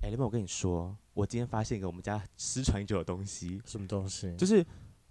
哎，雷梦，我跟你说，我今天发现一个我们家失传已久的东西，什么东西？就是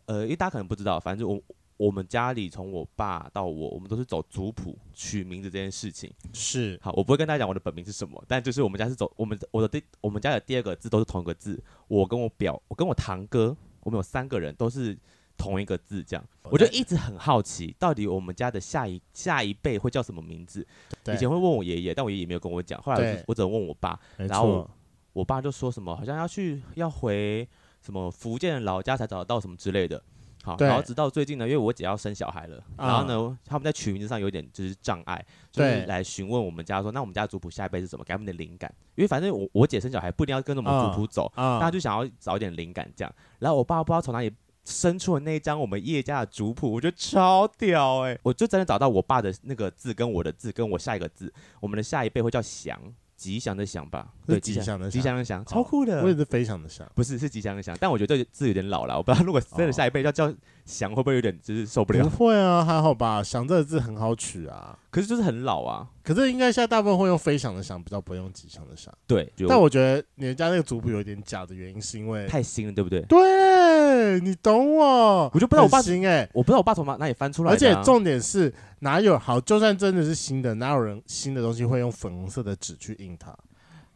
呃，因为大家可能不知道，反正我我们家里从我爸到我，我们都是走族谱取名字这件事情。是好，我不会跟大家讲我的本名是什么，但就是我们家是走我们我的第我们家的第二个字都是同一个字。我跟我表，我跟我堂哥，我们有三个人都是同一个字，这样哦我就一直很好奇，到底我们家的下一下一辈会叫什么名字？对以前会问我爷爷，但我爷爷没有跟我讲，后来我就对我只能问我爸，没然后错，我爸就说什么好像要去要回什么福建的老家才找得到什么之类的。好，对然后直到最近呢，因为我姐要生小孩了，啊然后呢，他们在取名字上有点就是障碍，就是对来询问我们家说，那我们家族谱下一辈是什么，给他们的灵感。因为反正我我姐生小孩不一定要跟着我们族谱走，啊大家就想要找一点灵感这样。然后我爸不知道从哪里生出了那一张我们叶家的族谱，我觉得超屌哎、我就真的找到我爸的那个字跟我的字跟我下一个字，我们的下一辈会叫祥，吉祥的祥吧？是对，吉吉祥的吉祥祥的祥，超酷的。我也是非常的想。不是是吉祥的祥，但我觉得这个字有点老了，我不知道如果真的哦下一辈要叫祥，会不会有点就是受不不了？会啊，还好吧。想这个字很好取啊，可是就是很老啊，可是应该现在大部分会用飞翔的翔，比较不会用吉祥的翔。对，就但我觉得你们家那个族谱有点假的原因，是因为太新了，对不对？对你懂我，我就不知道我爸很新哎、我不知道我爸从哪哪里翻出来而的且啊、重点是哪有好，就算真的是新的，哪有人新的东西会用粉红色的纸去印它？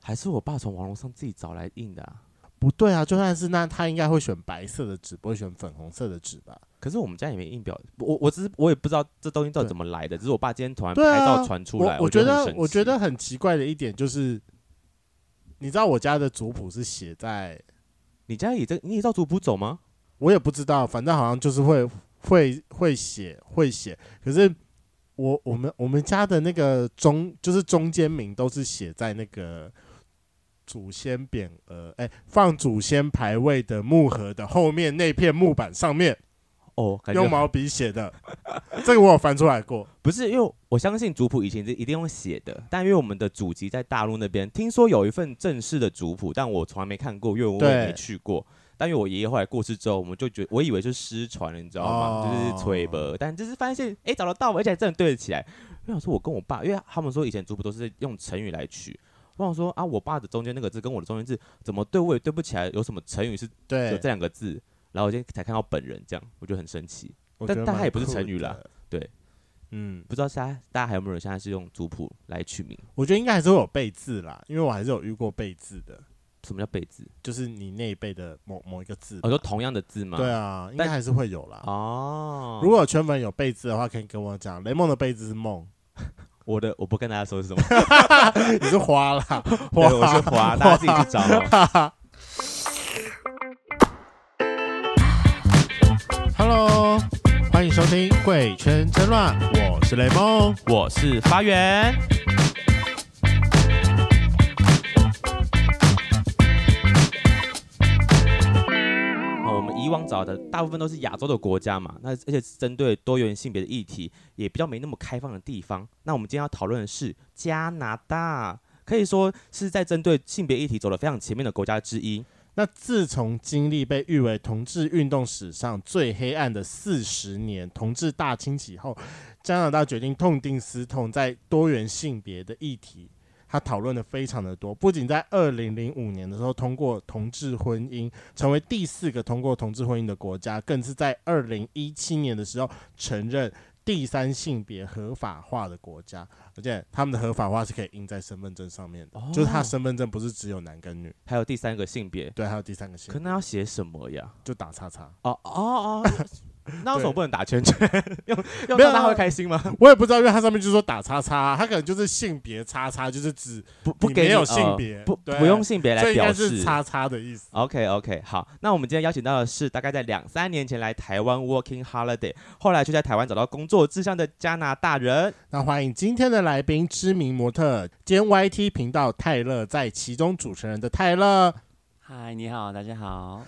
还是我爸从网络上自己找来印的、啊。不对啊，就算是那他应该会选白色的纸，不会选粉红色的纸吧？可是我们家也没印表，我我只是我也不知道这东西到底对怎么来的，只是我爸今天突然对啊拍照传出来，我觉觉得很得神奇我觉得很奇怪的一点就是，你知道我家的族谱是写在，你家也这你也照族谱走吗？我也不知道，反正好像就是会会会写会写，可是我我们我们家的那个中就是中间名都是写在那个。祖先匾额，哎、放祖先牌位的木盒的后面那片木板上面，哦，感用觉毛笔写的，这个我有翻出来过。不是，因为我相信族谱以前是一定用写的，但因为我们的祖籍在大陆那边，听说有一份正式的族谱，但我从来没看过，因为我也对没去过。但因为我爷爷后来过世之后，我们就觉我以为是失传了，你知道吗？哦就是吹吧，但就是发现哎、找得到，而且还真的对得起来。我想说，我跟我爸，因为他们说以前族谱都是用成语来取。我想说啊，我爸的中间那个字跟我的中间字怎么对我也对不起来，有什么成语是有对这，两个字？然后我今天才看到本人，这样我觉得很神奇。我但觉得但它蛮也不是酷成语的啦。对，嗯，不知道现在大家还有没有人现在是用族谱来取名？我觉得应该还是会有背字啦，因为我还是有遇过背字的，什么叫背字？就是你那一辈的某某一个字吧。哦，就同样的字吗？对啊，应该还是会有啦。哦，如果有圈粉有背字的话，可以跟我讲。雷梦的背字是梦，我的我不跟大家说是什 么，你是花啦，对，我是华，大家自己去找哦。 Hello，欢迎收听《贵圈争乱》，我是雷梦。 我是发源，好，哦我们以往找的大部分都是亚洲的国家嘛，那而且是针对多元性别的议题，也比较没那么开放的地方。那我们今天要讨论的是加拿大，可以说是在针对性别议题走得非常前面的国家之一。那自从经历被誉为同志运动史上最黑暗的四十年同志大清洗后，加拿大决定痛定思痛，在多元性别的议题，他讨论的非常的多。不仅在二零零五年的时候通过同志婚姻，成为第四个通过同志婚姻的国家，更是在二零一七年的时候承认第三性别合法化的国家，而且他们的合法化是可以印在身份证上面的，就是他哦身份证不是只有男跟女，还有第三个性别，对，还有第三个性别可那要写什么呀？就打叉叉。哦哦哦，那为什么对不能打圈圈？用用没有到他啊会开心 吗？我也不知道，因为它上面就说打叉叉，它可能就是性别叉叉，就是指不不你给没你有呃性别不对不用性别这来应该表是示。叉叉的意思。 OK OK，好，那我们今天邀请到的是大概在两三年前来台湾 working holiday，后来就在台湾找到工作志向的加拿大人。那欢迎今天的来宾，知名模特兼 YT 频道泰勒，在其中主持人的泰勒。嗨，你好，大家好。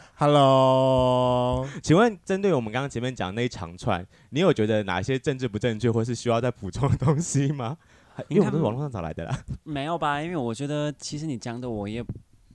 Hello，请问，针对我们刚刚前面讲的那一长串，你有觉得哪些政治不正确，或是需要再补充的东西吗？因为我们都是网络上找来的啦。没有吧？因为我觉得其实你讲的我也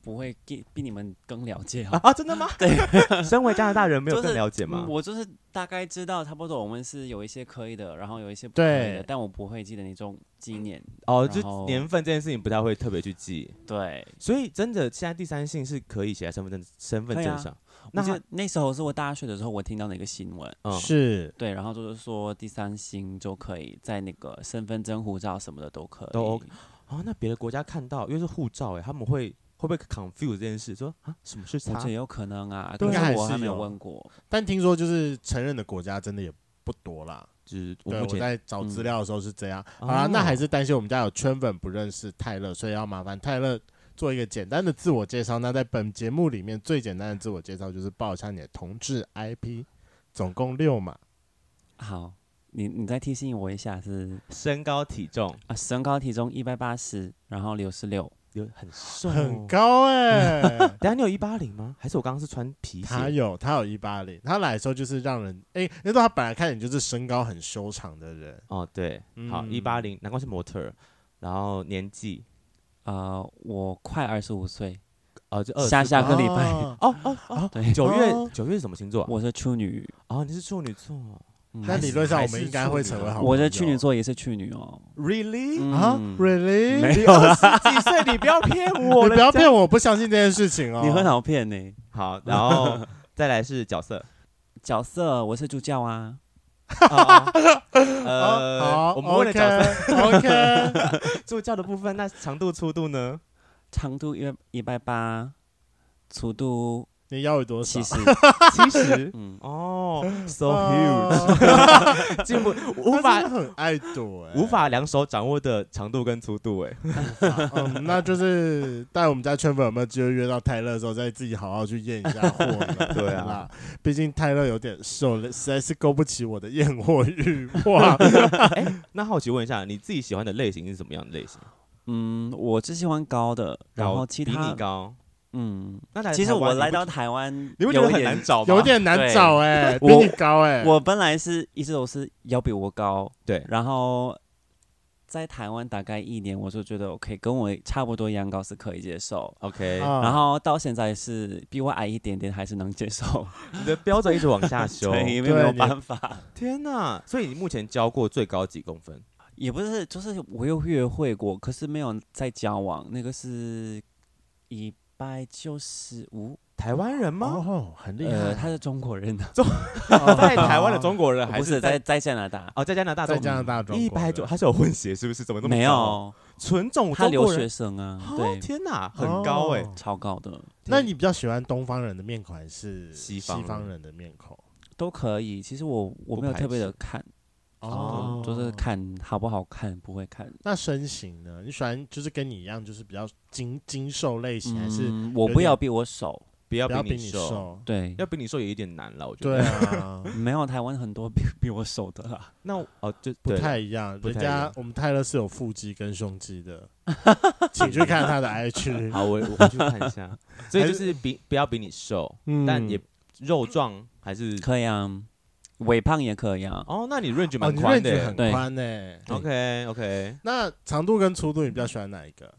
不会比比你们更了解啊哦。啊，真的吗？对， 身为加拿大人，没有就是更了解吗？我就是大概知道差不多，我们是有一些可以的，然后有一些不可以对的，但我不会记得那种纪念。哦，然就后年份这件事情不太会特别去记，对，所以真的现在第三性是可以写在身份证身份可以证啊上。那那它那时候是我大学的时候，我听到哪个新闻？嗯，是对，然后就是说第三星就可以在那个身份证、护照什么的都可以。都 OK 哦，那别的国家看到，因为是护照，哎，他们会会不会 confuse 这件事？说啊，什么是我他觉得？有可能啊，对可应该还是我是还没有有问过。但听说就是承认的国家真的也不多啦。就是我对，目我前在找资料的时候是这样。嗯好啦，哦那还是担心我们家有圈粉不认识泰勒，所以要麻烦泰勒做一个简单的自我介绍。那在本节目里面最简单的自我介绍就是报一下你的同志 IP，总共六嘛。好，你你再提醒我一下是身高体重 啊，身高体重一百八十，然后六十六，有很瘦，很。高哎、等一下你有一八零吗？还是我刚刚是穿皮他鞋？有他有一八零，他来的时候就是让人哎，因为他本来看你就是身高很修长的人，哦，对，好，嗯一八零，难怪是模特儿。然后年纪，呃，我快二十五岁，哦，就二下下哦个礼拜，哦哦哦，对，九月哦九月是什么星座啊？我是处女，哦，你是处女座嗯那理论上我们应该会成为好朋友。我的处女座也是处女哦。 ，really？嗯啊，really？没你哦有了，几岁你不要骗我，你不要。骗我，我不相信这件事情哦。你很好骗呢。好，然后再来是角 色，角色我是助教啊，啊啊好呃，我们问了角色 OK，助教的部分，那长度粗度呢？长度约一百八，粗度 你要有多少七？ 十，其实嗯，哦，so 哦 huge，进呃步 无他法真的很爱赌、哎无。法两手掌握的长度跟粗度，哎， 嗯，那就是带我们家圈粉有没有机会约到泰勒的时候，再自己好好去验一下货呢 对啊，毕竟泰勒有点瘦了，实在是勾不起我的验货欲 望。那好奇问一下，你自己喜欢的类型是什么样的类型？嗯，我只喜欢高的，然后其比他你高，嗯，那来其实台湾我你来不到觉台湾，你会觉得很难。找吗？有点难找哎、比我你高哎、我本来是一直都是要比我高，对然后在台湾大概一年，我就觉得 OK，跟我差不多一样高是可以接受。 OK，啊然后到现在是比我矮一点点，还是能接受，你的标准一直往下修， 对，因为对没有你办法，天哪！所以你目前教过最高几公分？也不是，就是我有约会过，可是没有在交往，那个是一百九十五，台湾人吗？哦，很厉害、哦呃，他是中国人的，在台湾的中国人还不是在在在加拿大，哦，在加拿大在中加拿大中一百九，他是有混血是不是？怎么那么没高？啊有，纯种他哦中留国学人？生啊，哦对，天哪，很高哦哎！超高的那你比较喜欢东方人的面孔还是西西方人方人的面孔？都可以。其实我我没有排特别斥的看，哦嗯就是看好不好看，不会看。那身形呢？你喜欢就是跟你一样，就是比较精精瘦类型，还是嗯，我有不点要比我瘦，不要不要比比你你瘦， 瘦？对，要比你瘦也有点难了，我觉对得。啊，没有台湾很多比比我瘦的啦。那我哦，就不对太一样。不人太一样家我们泰勒是有腹肌跟胸肌 的，请去看他的 IG。好，我我 回去看一下。所以就是比不要比你瘦，嗯但也肉壮还是可以啊，微胖也可以啊。嗯哦，那你 range 哦，蛮你宽 range 的很。对宽呢。 OK OK，那长度跟粗度你比较喜欢哪一个？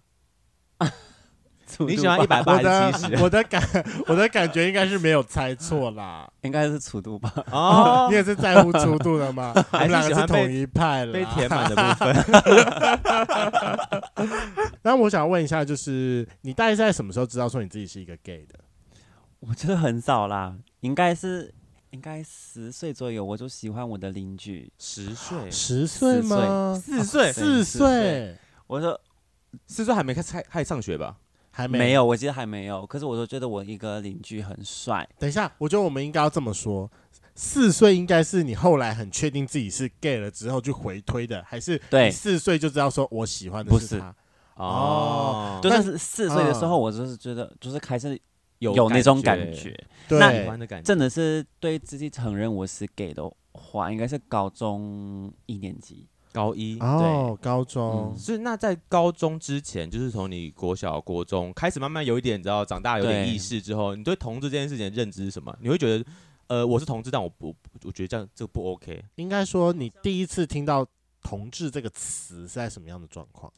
你喜欢一百我八的十七十我的感我的感觉应该是没有猜 错啦。应该是尺度吧？哦你，也是在乎粗度的吗？我 还们是两个喜是欢被同一派了。被填满的部 分。那我想问一下，就是你大概是在什么时候知道说你自己是一个 gay 的？我觉得很早啦，应该是应该十岁左右，我就喜欢我的邻居。十岁，十岁吗？四岁，四四岁岁我说四岁还没开始还上学吧？还没？有，我其实还没有，可是我都觉得我一个邻居很帅。等一下，我觉得我们应该要这么说：四岁应该是你后来很确定自己是 gay 了之后去回推的，还是对你，四岁就知道说我喜欢的不是是他？哦，就那算是四岁的时候，我就是觉得就是开始有那种感觉，，那喜对欢，的感觉。真的是对自己承认我是 gay 的话，应该是高中一年级。高一，哦，高中嗯是那在高中之前，就是从你国小、国中开始，慢慢有一点，你知道，长大有点对意识之后，你对同志这件事情的认知是什么？你会觉得，呃，我是同志，但我不，我觉得这样这个不 OK。应该说你第一次听到“同志”这个词是在什么样的状况？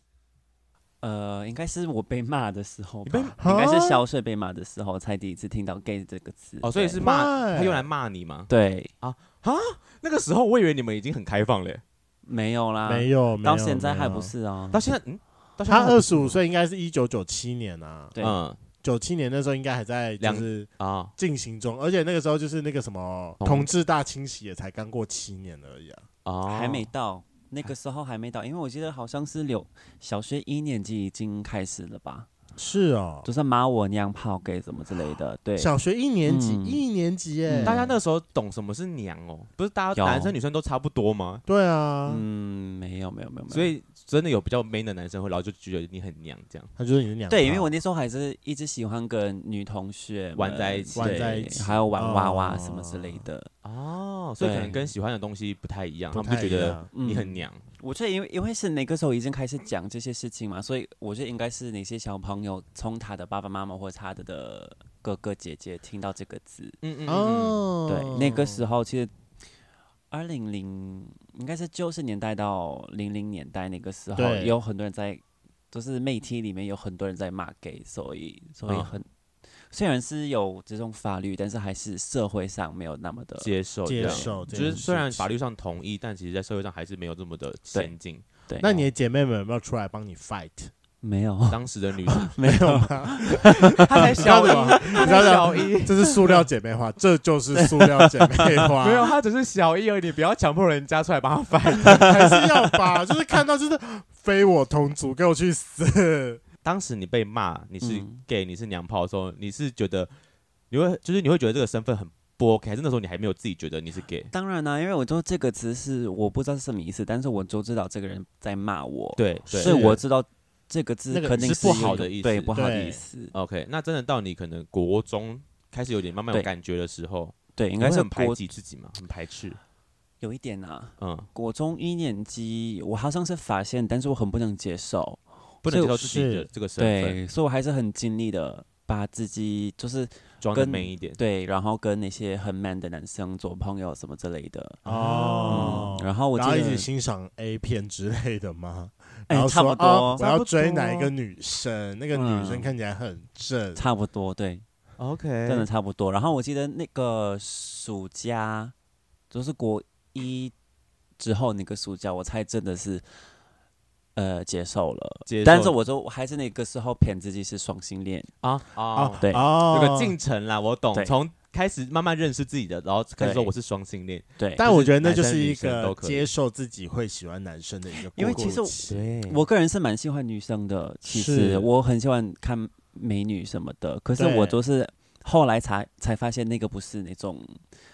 呃，应该是我被骂的时候你吧，被应该是小水被骂的时候才第一次听到 “gay” 这个词。哦，所以对是骂对他用来骂你吗？对，那个时候我以为你们已经很开放 嘞，没有啦，没有，没有到现在还没不。有是啊。到现在嗯，到现在他还二不十五岁，应该是一九九七年啊，对嗯九七年那时候应该还在就两是啊，进行中，而且那个时候就是那个什么同同治大清洗也才刚过七年而已啊。哦，还没到，那个时候还没到，因为我记得好像是六小学一年级已经开始了吧，是哦，就是骂我娘炮给什么之类的，对，小学一年级，嗯一年级耶嗯，大家那时候懂什么是娘哦，不是大家有男生女生都差不多吗？对啊，嗯，没有没有没有，没有所以真的有比较 man 的男生会，然后就觉得你很娘这样。他就是你的娘啊炮。对，因为我那时候还是一直喜欢跟女同学玩们在一起玩在对一起还有玩娃娃哦什么之类的。哦，所以可能对跟喜欢的东西不太一样，不他们太就一觉得样。你很嗯，娘。我觉得因为因为是那个时候已经开始讲这些事情嘛，所以我觉得应该是哪些小朋友从他的爸爸妈妈或者他的的哥哥姐姐听到这个字，哦嗯嗯嗯哦，对，那个时候其实二零零应该是九十年代到零零年代那个时候，对有很多人在，就是媒体里面有很多人在骂 gay，所以所以嗯很、虽然是有这种法律，但是还是社会上没有那么的接受这接样受哦啊就这件是事情，虽然法律上同意，但其实在社会上还是没有这么的先进。对。哦那你的姐妹们有没有出来帮 你 fight？没有当时的女 生，没有 她才小一她才小一，这是塑料姐妹花，这就是塑料姐 妹花。没有，，她只是小一而已，你不要强迫人家出来帮她翻。还是要吧，就是看到就是非我同族，给我去死！ 当时你被骂你是嗯 gay，你是娘炮的时候，你是觉得你会就是你会觉得这个身份很不 OK，还是那时候你还没有自己觉得你是 gay？当然啊啦、因为我就这个词是我不知道是什么意思，但是我就知道这个人在骂我，对对所以我知道这个字那个肯定是不有好的意思对不好的对意思， ，OK，那真的到你可能国中开始有点慢慢有对感觉的时候，对，应应该是很排国挤自己嘛，很排斥，有一点啊，嗯，国中一年级，我好像是发现，但是我很不能接受，不能接受自己是的这个身份，对，所以我还是很尽力的把自己就是装的跟 man 一点。对，然后跟那些很 man 的男生做朋友什么之类的。哦嗯，然后我记然后一起得，欣赏 A 片之类的吗？哎然后差说不多哦我差要不追多哪一个女生，那个女生看起来很正，差不多，对， OK，真的差不多。然后我记得那个暑假，就是国一之后那个暑假，我才真的是。呃，接受了，接但受是我就我还是那个时候骗自己是双性恋，啊哦啊，对哦有个进程啦，我懂，对从开始慢慢认识自己的，然后开始说对我是双性恋，对，但我觉得那就是一就是男生女生个都可以接受自己会喜欢男生的一个因为过渡啊其实我期对我个人是蛮喜欢女生的，其是实我很喜欢看美女什么的，可是对我就是后来才才发现那个不是那种，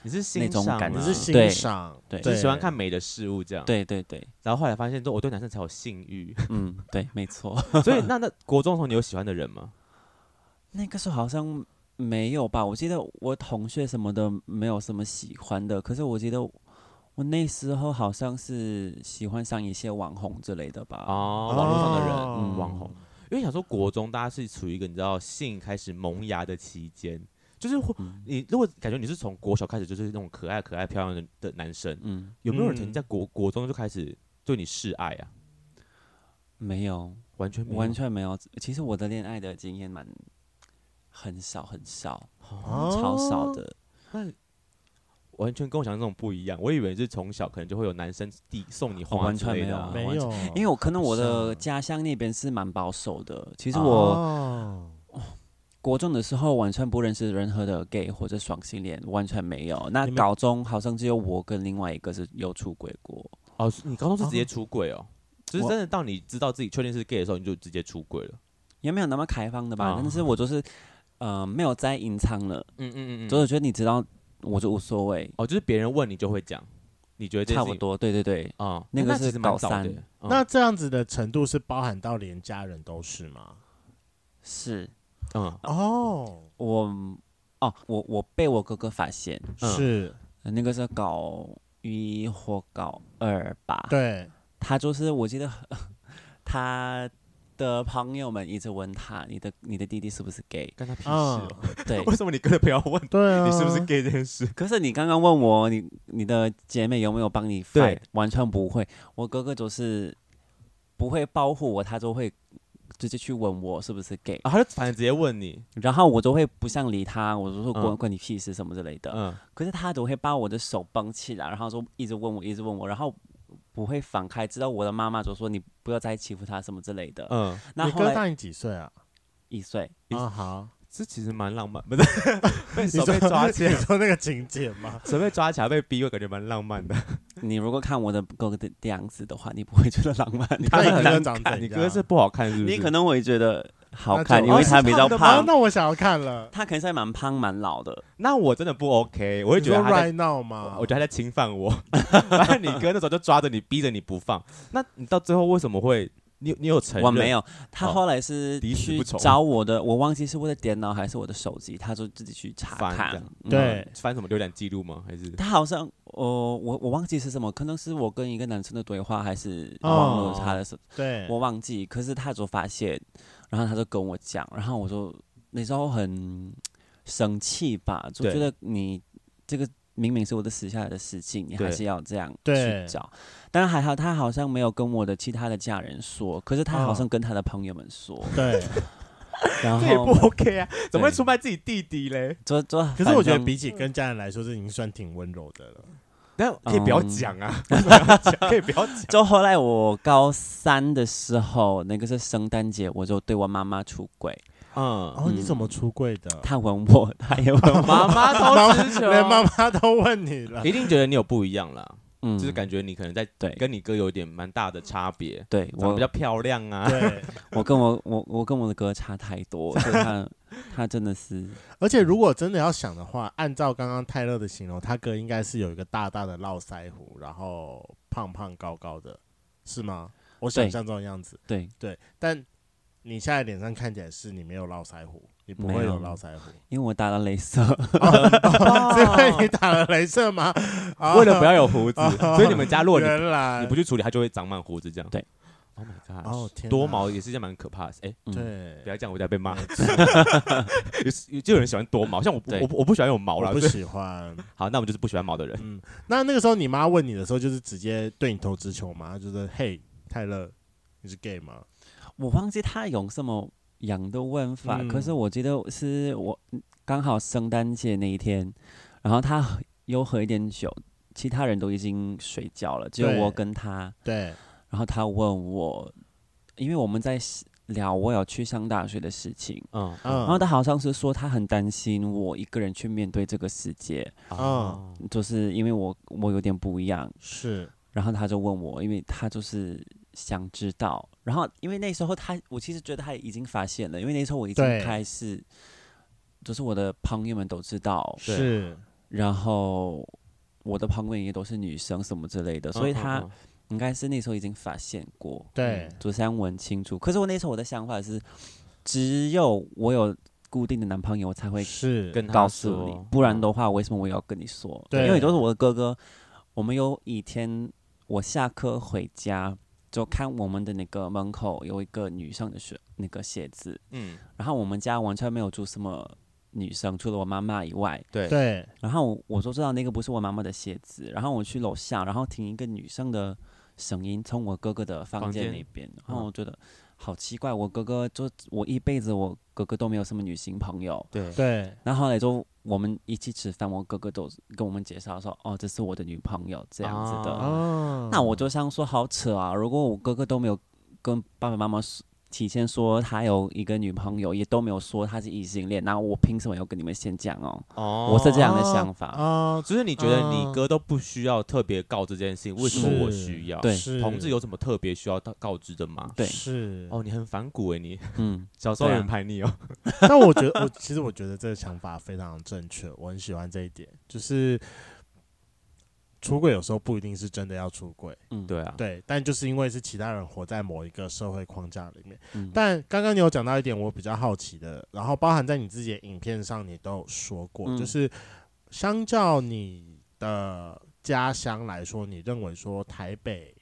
你是欣那种赏感嘛，你觉是欣赏，对你喜欢看美的事物这样，，对对对，然后后来发现说我对男生才有性欲，嗯，对，没错。所以那那 国中的时候你有喜欢的人吗？那个时候好像没有吧？我记得我同学什么的没有什么喜欢的，可是我记得我那时候好像是喜欢上一些网红之类的吧。哦，网络上的人，哦嗯网红，因为想说国中大家是处于一个你知道性开始萌芽的期间，就是会嗯你如果感觉你是从国小开始就是那种可爱可爱漂亮的的男生，嗯，有没有人嗯曾经在国国中就开始对你示爱啊？没有，完全没有完全没有。其实我的恋爱的经验蛮很少很少，哦超少的。完全跟我想象中不一样，我以为是从小可能就会有男生递送你哦花完之全类没的有啊、啊没有，因为我可能我是啊的家乡那边是蛮保守的，其实我哦国中的时候完全不认识任何的 gay 或者双性恋，完全没有。那你们高中好像只有我跟另外一个是有出轨过，哦，是你高中是直接出轨哦，就是啊我真的到你知道自己确定是 gay 的时候，你就直接出轨了。也没有那么开放的吧。啊但是我就是呃没有再隐藏了，嗯嗯嗯所以我觉得你知道我就无所谓，哦，就是别人问你就会讲，你觉得这件差事不情多。对对对，啊、那个其是实蛮高早三的。嗯那这样子的程度是包含到连家人都是吗？是嗯，哦，我哦我我被我哥哥发现，嗯是那个是高一或高二吧。对，他就是我记得 他的朋友们一直问他，你的你的弟弟是不是 gay？干他屁事嗯哦、，对为，什么你哥的朋友问对啊，你是不是 gay 这件事？可是你刚刚问我，你你的姐妹有没有帮你 fight？对完全不会。我哥哥就是不会保护我，他就会直接去问我是不是 gay，啊，他就反正直接问你，然后我都会不想理他，我就说关嗯关你屁事什么之类的。嗯，可是他都会把我的手绷起来，然后说一直问我，一直问我，然后不会放开。直到我的妈妈就说你不要再欺负他什么之类的。嗯，那你后哥来大你几岁啊？一岁，啊好，这其实蛮浪漫， 不是被手被抓起你来，说那个情节吗？手被抓起来被逼，我感觉蛮浪漫的。你如果看我的哥的的样子的话，你不会觉得浪漫，你那他你很哥难长怎样？你哥是不好看是不是？你可能会觉得好那看，就因为他比较哦是胖啊胖，，那我想要看了。他可能是蛮胖蛮老的。那我真的不 OK，我会你觉得说他在 right now 吗？我觉得他在侵犯 我。反正你哥那时候就抓着你，逼着你不放。那你到最后为什么会？你你有承认？我没。有，他哦后来是敌死去不从找我的，我忘记是我的电脑还是我的手机，他就自己去查翻看这样。嗯对翻什么浏览记录吗？还是他好像，呃，我我忘记是什么，可能是我跟一个男生的对话，还是哦网络他的什，对，我忘记。可是他就发现，然后他就跟我讲，然后我就那时候很生气吧，就对觉得你这个明明是我的私下的事情，你还对是要这样对去找。但还好，他好像没有跟我的其他的家人说，可是他好哦像跟他的朋友们 说，对。 然这也不后 OK 啊？怎么会出卖自己弟弟嘞？就就可是我觉反得正比起跟家人来说，这已经算挺温柔的了。但可以不要嗯讲 啊，为什么要讲可以不要讲。就后来我高三的时候，那个是圣诞节，我就对我妈妈出轨，嗯，哦，你怎么出柜的？她吻我，她也吻我，妈 妈妈都妈吃球， 连妈妈都问你了。一定觉得你有不一样啦，嗯，就是感觉你可能在对跟你哥有点蛮大的差别，对长得我比较漂亮啊，对，我跟我我我跟我的哥差太多，所 以他他真的是而且如果真的要想的话，按照刚刚泰勒的形容，他哥应该是有一个大大的络腮胡，然后胖胖高高的，是吗？我想对象中的样子。对，对，但你现在脸上看起来是你没有络腮胡，你不没会有有络腮胡，因为我打了镭射， 是因为你打了镭射吗？啊哦为了不要有胡子，所以你们家 如果你原来你不去处理，它就会长满胡子这样。对，Oh my god，、哦天哪多毛也是一件蛮可怕的事。哎、嗯，对不，要这样，我等下被骂。有就有人喜欢多毛，像我对我我不喜欢有毛我啦。不所以 喜欢。好，那我们就是不喜欢毛的人。嗯，那那个时候你妈问你的时候，就是直接对你投直球吗？就是嘿，泰勒，你是 gay 吗？我忘记他用什么样的问法，嗯可是我记得是我刚好圣诞节那一天，然后他又喝一点酒，其他人都已经睡觉了，只有对我跟他。对，然后他问我，因为我们在聊我有去上大学的事情，嗯嗯，然后他好像是说他很担心我一个人去面对这个世界，哦啊，就是因为我我有点不一样。是，然后他就问我，因为他就是想知道。然后因为那时候他，我其实觉得他已经发现了，因为那时候我已经对开始，就是我的朋友们都知道，是，然后我的朋友们也都是女生什么之类的，所嗯以他嗯应该是那时候已经发现过，嗯对就想问清楚。可是我那时候我的想法是，只有我有固定的男朋友，我才会是嗯跟他告诉说嗯你，不然的话，为什么我要跟你说？对因为都是我的哥哥。我们有一天，我下课回家就看我们的那个门口有一个女生的鞋，那个鞋子。嗯，然后我们家完全没有住什么女生，除了我妈妈以外。对，对，然后我我就知道那个不是我妈妈的鞋子，然后我去楼下，然后听一个女生的声音从我哥哥的房房间间嗯那边，然后我觉得好奇怪，我哥哥就我一辈子我哥哥都没有什么女性朋友，对，对，然后后来就我们一起吃饭，我哥哥都跟我们介绍说，哦，这是我的女朋友这样子的，啊哦，那我就想说好扯啊，如果我哥哥都没有跟爸爸妈妈说提前说他有一个女朋友，也都没有说他是异性恋，那我凭什么要跟你们先讲哦？哦嗯我是这样的哦想法。啊，就是你觉得你啊哥都不需要特别告知这件事情，为什么我是需要？对是同志有什么特别需要他告知的吗？对是。哦，你很反骨哎，你嗯，小时候有对啊人排你哦。 但我觉得，我其实我觉得这个想法非常正确，我很喜欢这一点，就是。出轨有时候不一定是真的要出轨，嗯，对啊，对，但就是因为是其他人活在某一个社会框架里面，嗯，但刚刚你有讲到一点，我比较好奇的，然后包含在你自己的影片上，你都有说过，嗯就是相较你的家乡来说，你认为说台北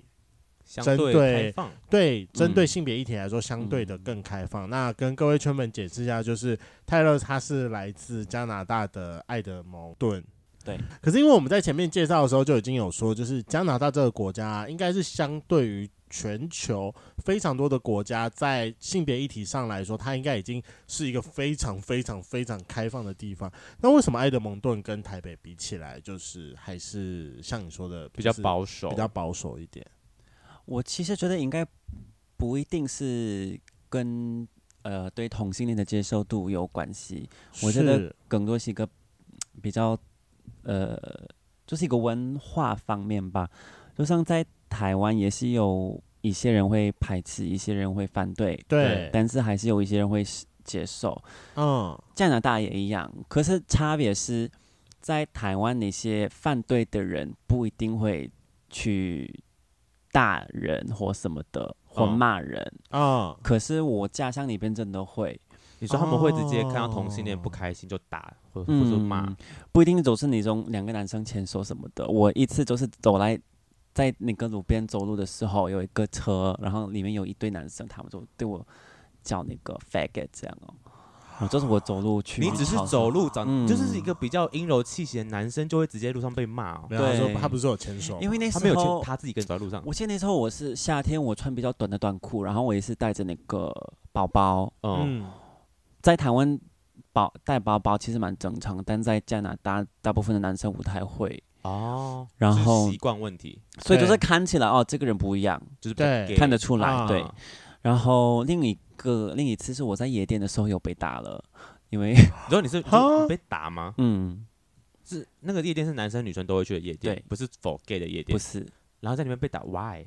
相针对开放，对针对嗯性别议题来说，相对的更开放。那跟各位圈粉解释一下，就是泰勒他是来自加拿大的爱德蒙顿。对，可是因为我们在前面介绍的时候就已经有说，就是加拿大这个国家应该是相对于全球非常多的国家在性别议题上来说，它应该已经是一个非常非常非常开放的地方。那为什么埃德蒙顿跟台北比起来，就是还是像你说的比较就是保守，比较保守一点？我其实觉得应该不一定是跟呃对同性恋的接受度有关系，我觉得是更多是一个嗯比较呃，就是一个文化方面吧。就像在台湾也是有一些人会排斥，一些人会反对，对但是还是有一些人会是接受。嗯，加拿大也一样，可是差别是在台湾那些反对的人不一定会去打人或什么的，或哦骂人。啊、可是我家乡那边真的会，你说他们会直接看到同性恋不开心就打，或或者说骂，哦嗯，不一定总是那种两个男生牵手什么的。我一次就是走来。在那个路边走路的时候，有一个车，然后里面有一堆男生，他们就对我叫那个 faggot 这样哦，我就是我走路去，你只是走路长，嗯就是一个比较阴柔气息的男生，就会直接路上被骂、哦没。有，他对说他不是有牵手吗，因嗯为那他时候没有牵他自己一个人走在路上，我记得那时候我是夏天，我穿比较短的短裤，然后我也是带着那个包包，嗯，嗯，在台湾包带包包其实蛮正常，但在加拿大大部分的男生不太会，哦，然就是后习惯问题，所以就是对看起来哦，这个人不一样，就是比较对 gay 看得出来啊对。然后另一个另一次是我在夜店的时候有被打了，因为？你说你是哈就你被打吗啊嗯是那个夜店是男生女生都会去的夜店对，不是否 gay 的夜不店。是然后在里面被打，why？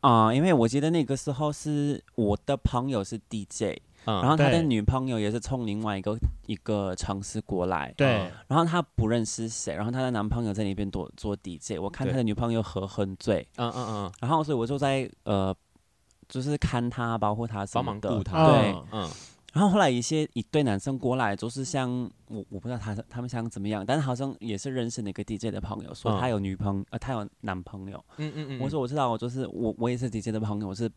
啊、因为我记得那个时候是我的朋友是 DJ，、嗯，然后他的对女朋友也是从另外一个一个城市过来，对，然后她不认识谁，然后她的男朋友在那边做做 DJ，我看对她的女朋友喝很醉，嗯嗯嗯，然后所以我就在呃，就是看她，包括她什帮么忙的顾。他，对嗯嗯，然后后来一些一对男生过来，就是像我我不知道他他们想怎么样，但是好像也是认识那个 DJ 的朋友，说嗯他有女朋呃他有男朋友。嗯嗯嗯，我说我知道，我就是我我也是 DJ 的朋友，我是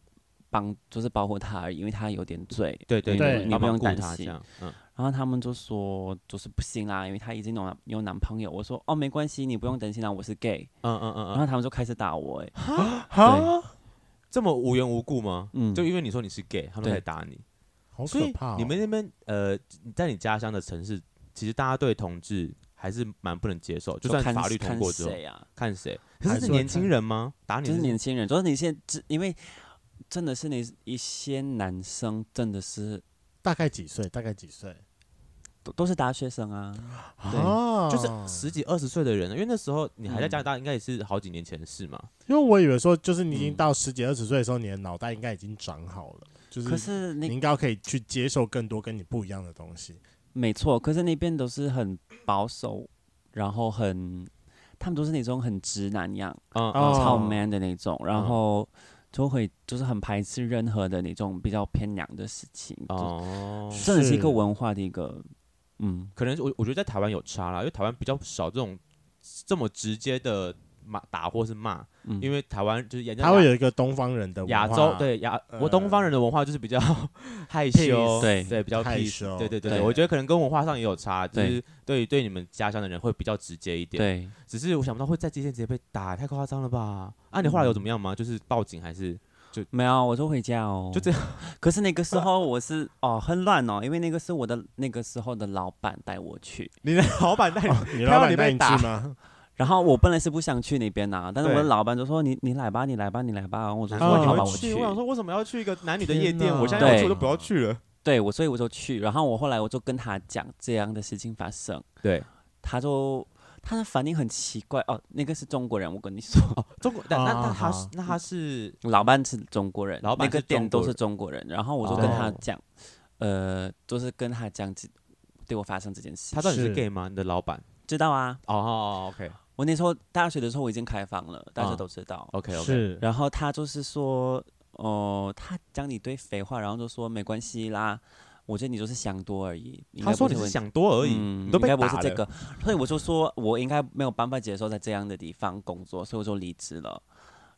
帮就是保护他而已，因为他有点醉。对对你对你你不用顾担他这心样，嗯，然后他们就说就是不行啦，因为他已经有男有男朋友。我说哦没关系，你不用担心啦，我是 gay。嗯嗯嗯然嗯，后他们就开始打我、欸，哈，啊这么无缘无故吗？嗯，就因为你说你是 gay，他们对才打你，好所可以怕哦、你们那边呃，你在你家乡的城市，其实大家对同志还是蛮不能接受，就算看法律通过看之后，谁啊？看谁，可还是是是会年轻看人吗？打你就是是年轻人，就是你现在只因为真的是那一些男生真的是大概几岁？大概几岁？都都是大学生啊，对啊就是十几二十岁的人了，啊因为那时候你还在加拿大，应该也是好几年前的事嘛。因为我以为说，就是你已经嗯到十几二十岁的时候，你的脑袋应该已经长好了，就是可是你那应该可以去接受更多跟你不一样的东西。没错，可是那边都是很保守，然后很他们都是那种很直男样，嗯，哦嗯超 man 的那种，然后就会就是很排斥任何的那种比较偏娘的事情，哦，哦，真的是一个是文化的一个嗯。可能我我觉得在台湾有差啦，因为台湾比较少这种这么直接的骂打或是骂，嗯因为台湾就是人家他会有一个东方人的文亚化嗯洲，对亚我东方人的文化就是比较 害羞， Peace 对对比较害 peace，羞对对对，对对我觉得可能跟文化上也有差，就对是对于对你们家乡的人会比较直接一点。对，只是我想不到会在街线直接被打，太夸张了吧？啊，你嗯后来有怎么样吗？就是报警还是没有，我就回家哦，就这样。 可是那个时候我是哦很乱哦，因为那个是我的那个时候的老板带我去，你的老板 带你哦你 老看到你板被带你打去吗？然后我本来是不想去那边呐、啊但是我的对老板就说你你来吧，你来吧，你来吧，然后我就难说怪哦你好会吧，去。去我。想说，为什么要去一个男女的夜天店？哪我现在要去对我都不要去了。对我，所以我就去，然后我后来我就跟他讲这样的事情发生，对，他就他的反应很奇怪哦，那个是中国人，我跟你说， 中国，但那那他是啊那他是老板是中国人，老板那个是中店都国是人中国人，然后我就跟他哦讲，呃，就是跟他讲这对我发生这件事他，到底是是 gay 吗？你的老板？知道啊，哦哦，OK 我那时候大学的时候我已经开放了，大家嗯都知道。 OK OK，是然后他就是说，哦、他讲你堆废话，然后就说没关系啦，我觉得你就是想多而已。应他该说不你是是问想多而已，嗯你都被应该打不了。是这个，所以我就说我应该没有办法接受在这样的地方工作，所以我就离职了。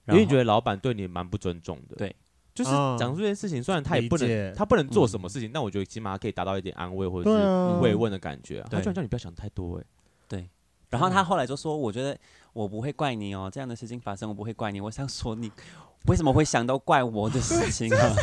因为你觉得得老板对你蛮不尊重的。对，就是嗯讲这件事情，虽然他也不理能解他不能做什嗯么事情，但我觉得起码可以达到一点安慰或者对是啊，慰问的感觉啊。他对居然叫你不要想太多，哎，对，然后他后来就说：“我觉得我不会怪你哦，这样的事情发生我不会怪你。”我想说你为什么会想到怪我的事情 啊？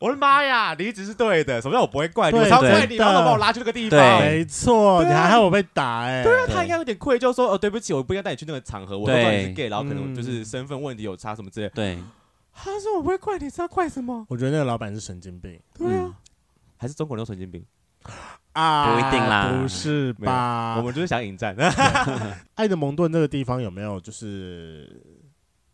我的妈呀，你一直是对的。什么叫我不会怪你？对我超怪你，对然后把我拉去那个地对方。没错，你对啊还害我被打哎、对啊，对他应该有点愧疚，说哦，对不起，我不应该带你去那个场合，我都知道你是对 gay，然后可能嗯就是身份问题有差什么之类的。对，他说我不会怪你，知道怪什么？我觉得那个老板是神经病对啊嗯，还是中国人有神经病？啊不一定啦不是吧？我们就是想引战。爱德蒙顿这个地方有没有就是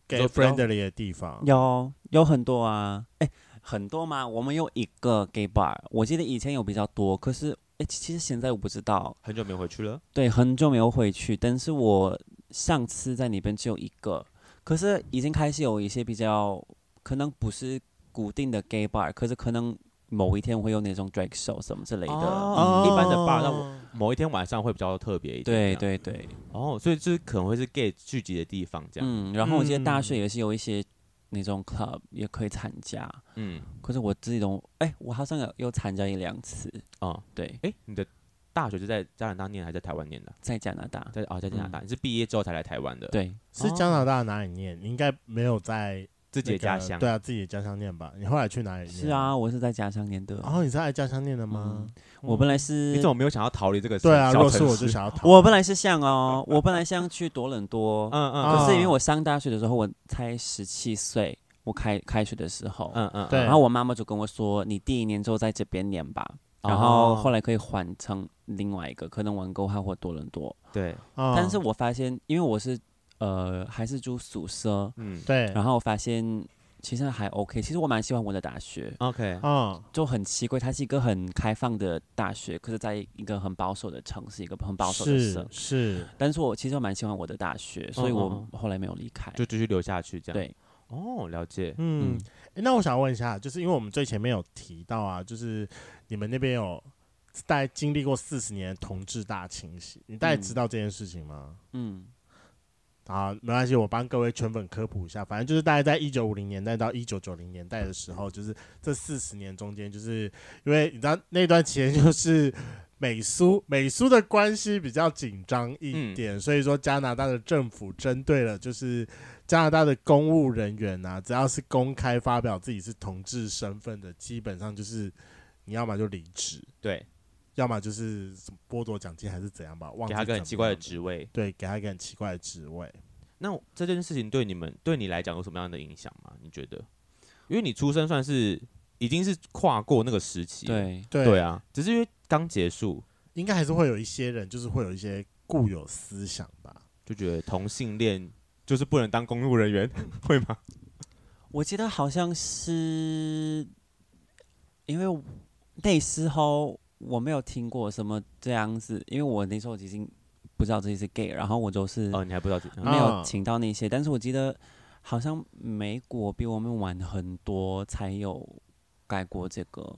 gay 说不要 friendly 的地方？有有很多啊，哎，很多吗？我们有一个 gay bar，我记得以前有比较多，可是哎，其其实现在我不知道，很久没回去了，对，很久没有回去，但是我上次在那边只有一个，可是已经开始有一些比较可能不是固定的 gay bar，可是可能某一天会有那种 drag show 什么之类的。哦嗯一般的 bar，那我某一天晚上会比较特别一点。对这样，对对，哦，所以就是可能会是 gay 聚集的地方这样。嗯，然后我记得大学嗯也是有一些那种 club 也可以参加，嗯，可是我自己都哎，我好像有有参加一两次，哦，对，哎，你的大学是在加拿大念还是在台湾念的？啊在加拿大，在哦，在加拿嗯大，你是毕业之后才来台湾的，，对，是加拿大哪里念？你应该没有在自己的那个家乡。对啊，自己的家乡念吧。你后来去哪里念？是，啊，我是在家乡念的，然后你是在家乡念的吗嗯？我本来是你怎么没有想要逃离这个小对啊，如小果是城我就市？想要逃。我本来是想哦，我本来想去多伦多， 嗯嗯啊可是因为我上大学的时候我才十七岁，我开开学的时候，嗯嗯，对然后我妈妈就跟我说，你第一年就在这边念吧，哦然后后来可以换成另外一个，可能温哥华或多伦多。对，啊但是我发现，因为我是呃还是住宿舍，嗯对，然后我发现其实还 OK，其实我蛮喜欢我的大学。 ，OK，嗯，就很奇怪，它是一个很开放的大学，可是在一个很保守的城市，一个很保守的是省。是，但是我其实我蛮喜欢我的大学，所以我嗯后来没有离开。就继续留下去这样。，对，哦，了解。嗯嗯，诶那我想问一下，就是因为我们最前面有提到啊，就是你们那边有大概经历过四十年的同志大清洗，你大概嗯知道这件事情吗？嗯，啊，没关系，我帮各位圈粉科普一下，反正就是大概在一九五零年代到一九九零年代的时候，就是这四十年中间，就是因为你知道那段期间就是美苏美苏的关系比较紧张一点，嗯所以说加拿大的政府针对了就是加拿大的公务人员啊，只要是公开发表自己是同志身份的，基本上就是你要么就离职，对，要么就是什么剥夺奖金还是怎样吧，忘给记他个很怎奇么怪的样了职位。对，给他一个很奇怪的职位。那这件事情对你们对你来讲有什么样的影响吗？你觉得？因为你出生算是已经是跨过那个时期，对，对对啊，只是因为刚结束应该还是会有一些人，就是会有一些固有思想吧。就觉得同性恋就是不能当公务人员， 会吗？我记得好像是因为那时候我没有听过什么这样子，因为我那时候已经不知道自己是 gay，然后我就是哦，你还不知道自己，嗯没有啊请到那些，但是我记得好像美国比我们晚很多才有改过这个。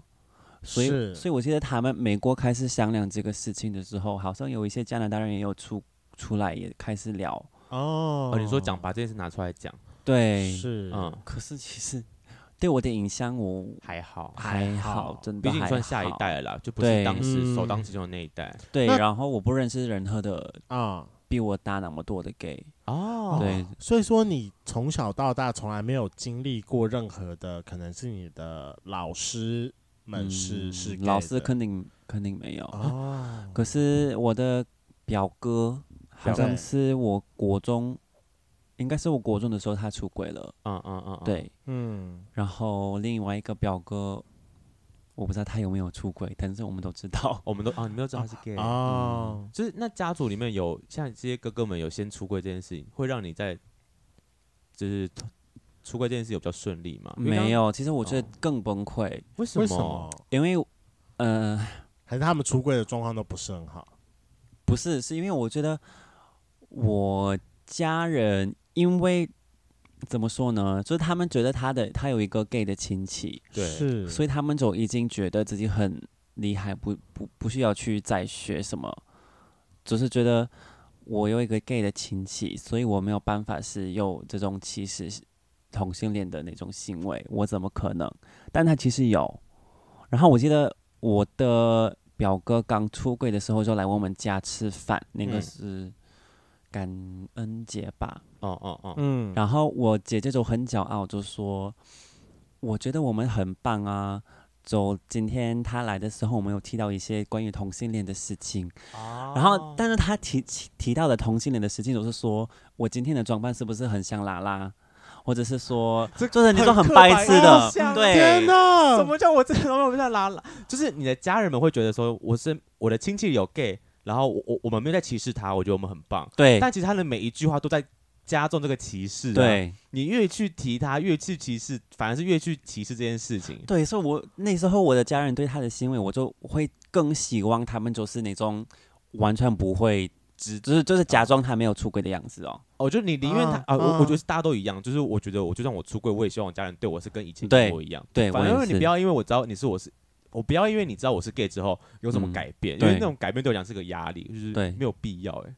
所以，是所以我记得他们美国开始商量这个事情的时候，好像有一些加拿大人也有出出来，也开始聊。哦哦，你说讲把这件事拿出来讲，对，是嗯，可是其实 对我的影响我还好，还还好好，真的毕竟还算下一好。代了啦，就不是对当时首当嗯其冲的那一代。对，那然后我不认识任何的啊，比我大那么多的 gay。哦对，所以说你从小到大从来没有经历过任何的，可能是你的老师们是、嗯是 gay 老师的肯定肯定没有。哦，可是我的表哥好表像哥是我国中，应该是我国中的时候他出轨了，嗯嗯嗯，嗯，对。嗯，然后另外一个表哥，我不知道他有没有出轨，但是我们都知道。我们都啊，你们都知道他是 gay，哦，就是那家族里面有像这些哥哥们有先出柜这件事情，会让你在就是出柜这件事有比较顺利吗？因为刚哦没，有，其实我觉得更崩溃，为什为什么？？因为，呃，还是他们出柜的状况都不是很好？不是，是因为我觉得我家人因为怎么说呢，就是他们觉得他的他有一个 gay 的亲戚，对是，所以他们就已经觉得自己很厉害，不不不需要去再学什么，只是觉得我有一个 gay 的亲戚，所以我没有办法是有这种歧视同性恋的那种行为，我怎么可能？但他其实有。然后我记得我的表哥刚出柜的时候就来我们家吃饭，那个嗯是感恩节吧。哦哦哦，嗯，然后我姐姐就很骄傲，就说：“我觉得我们很棒啊。”就今天她来的时候，我们有提到一些关于同性恋的事情，哦然后但是她提提提到的同性恋的事情，就是说我今天的装扮是不是很像拉拉，或者是说，这就是你说很刻白板痴印的象，对天什哪，么叫我哎这种我不像拉拉？就是你的家人们会觉得说，我是我的亲戚有 gay，然后我我我们没有在歧视他，我觉得我们很棒。对但其实他的每一句话都在加重这个歧视、，啊对你越去提他，越去歧视，反而是越去歧视这件事情。对，所以我那时候我的家人对她的行为，我就会更希望他们就是那种完全不会只就是就是假装他没有出轨的样子哦。哦，就你宁愿他啊啊，我啊我觉得是大家都一样，就是我觉得我就算我出柜，我也希望我家人对我是跟以前对一模一样。对，反我也正你是不要因为我知道你是我是，我不要因为你知道我是 gay 之后有什么嗯改变，因对为那种改变对我讲是个压力，就是对没有必要哎、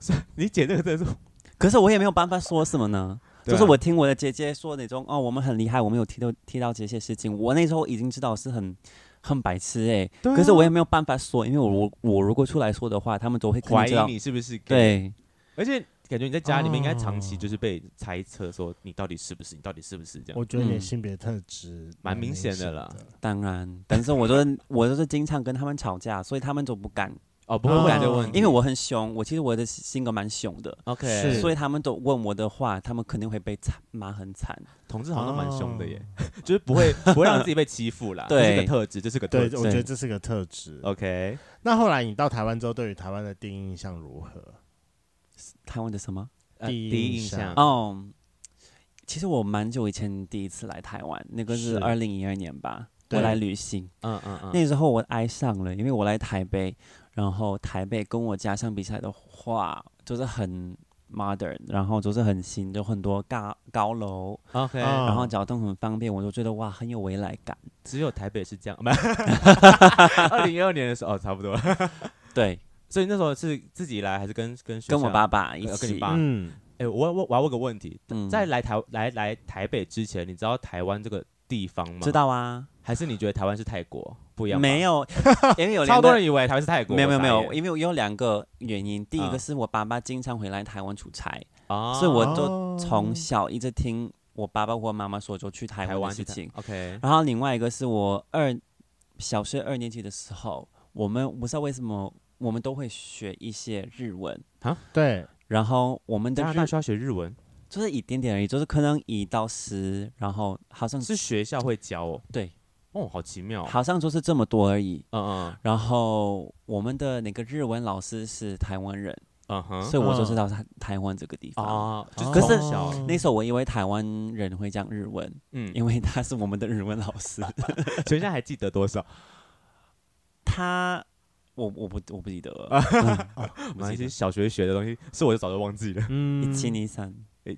所以你姐这个真的是，可是我也没有办法说什么呢。对啊就是我听我的姐姐说那种哦，我们很厉害，我们有提到提到这些事情，我那时候已经知道是很很白痴哎、对啊可是我也没有办法说，因为我我我如果出来说的话，他们都会肯怀定知疑道。你是不是 gay，对而且感觉你在家里面应该长期就是被猜测说你到底是不是，你到底是不是这样。我觉得你的嗯性别特质蛮明明显的的啦当然，但是我就是我就是经常跟他们吵架，所以他们都不敢，哦，不会问这个问题，因为我很凶，我其实我的性格蛮凶的， OK，是所以他们都问我的话，他们肯定会被惨骂很惨。同志好像都蛮凶的耶，就是不会不会让自己被欺负啦，对这是个特质，这是个对特，质。我觉得这是个特质。哦 OK，那后来你到台湾之后，对于台湾的第一印象如何？台湾的什么？呃第一第一印印象象哦、嗯其实我蛮久以前第一次来台湾，那个是是二零一二年吧，我对来旅行。嗯嗯嗯，那时候我爱上了，因为我来台北，然后台北跟我家相比起来的话，就是很 modern，然后就是很新，就很多高高楼， OK，啊然后交通很方便，我就觉得哇很有未来感。只有台北是这样，不，二零一二年的时候，哦，差不多。对，所以那时候是自己来还是跟跟学校跟我？爸爸一呃跟你起，爸嗯，哎，我我我要问个问题，嗯在来台来来台北之前，你知道台湾这个地方吗？知，道啊，还是你觉得台湾是泰国不一样？没，有， 因为有超两多个。人以为台湾是泰国，没有没有没我傻有，眼因为我有两个原因。第一啊个是我爸爸经常回来台湾出差，啊，所以我哦就从小一直听我爸爸或妈妈说，就去台台湾湾的去事泰情。嗯 OK，然后另外一个是我二小学二年级的时候，我们不知道为什么我们都会学一些日文，对，然后我们的加拿日大需要学日文，就是一点点而已，就是可能一到十，然后好像是学校会教哦。对，哦，好奇妙哦。好像就是这么多而已。嗯嗯然后我们的那个日文老师是台湾人，嗯哼。所以我就嗯知道台台湾这个地方。啊，就是哦可是从小那时候我以为台湾人会讲日文，嗯，因为他是我们的日文老啊师。全家还记得多少？ 他我我不我不记得了，啊嗯 哦那些小学学的东西，是我就早就忘记了。嗯一七零三，诶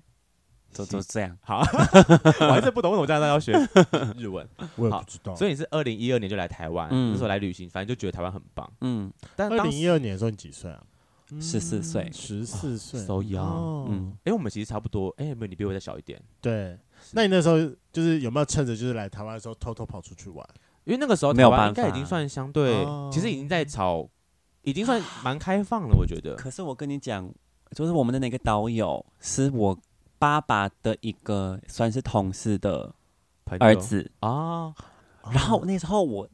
就就这样。好， 我还是不懂为什么加拿大要学日文。 我也好不知道。所以以你是二零一二年就来台湾，哦嗯那时候来旅行，反正就觉得台湾很棒。嗯，但二当零时一二年的时候你几岁啊？十四岁，十四岁。 so young，哦嗯，哎，我们其实差不多，哎，没有，你比我再小一点，对。那你那时候就是有没有趁着就是来台湾的时候偷偷跑出去玩？因为那个时候没有台湾办应该已法经算相对哦，其实已经在炒，已经算蛮开放了，我觉得。可是我跟你讲，就是我们的那个导游是我爸爸的一个算是同事的朋友儿子，啊，嗯哦然后那时候我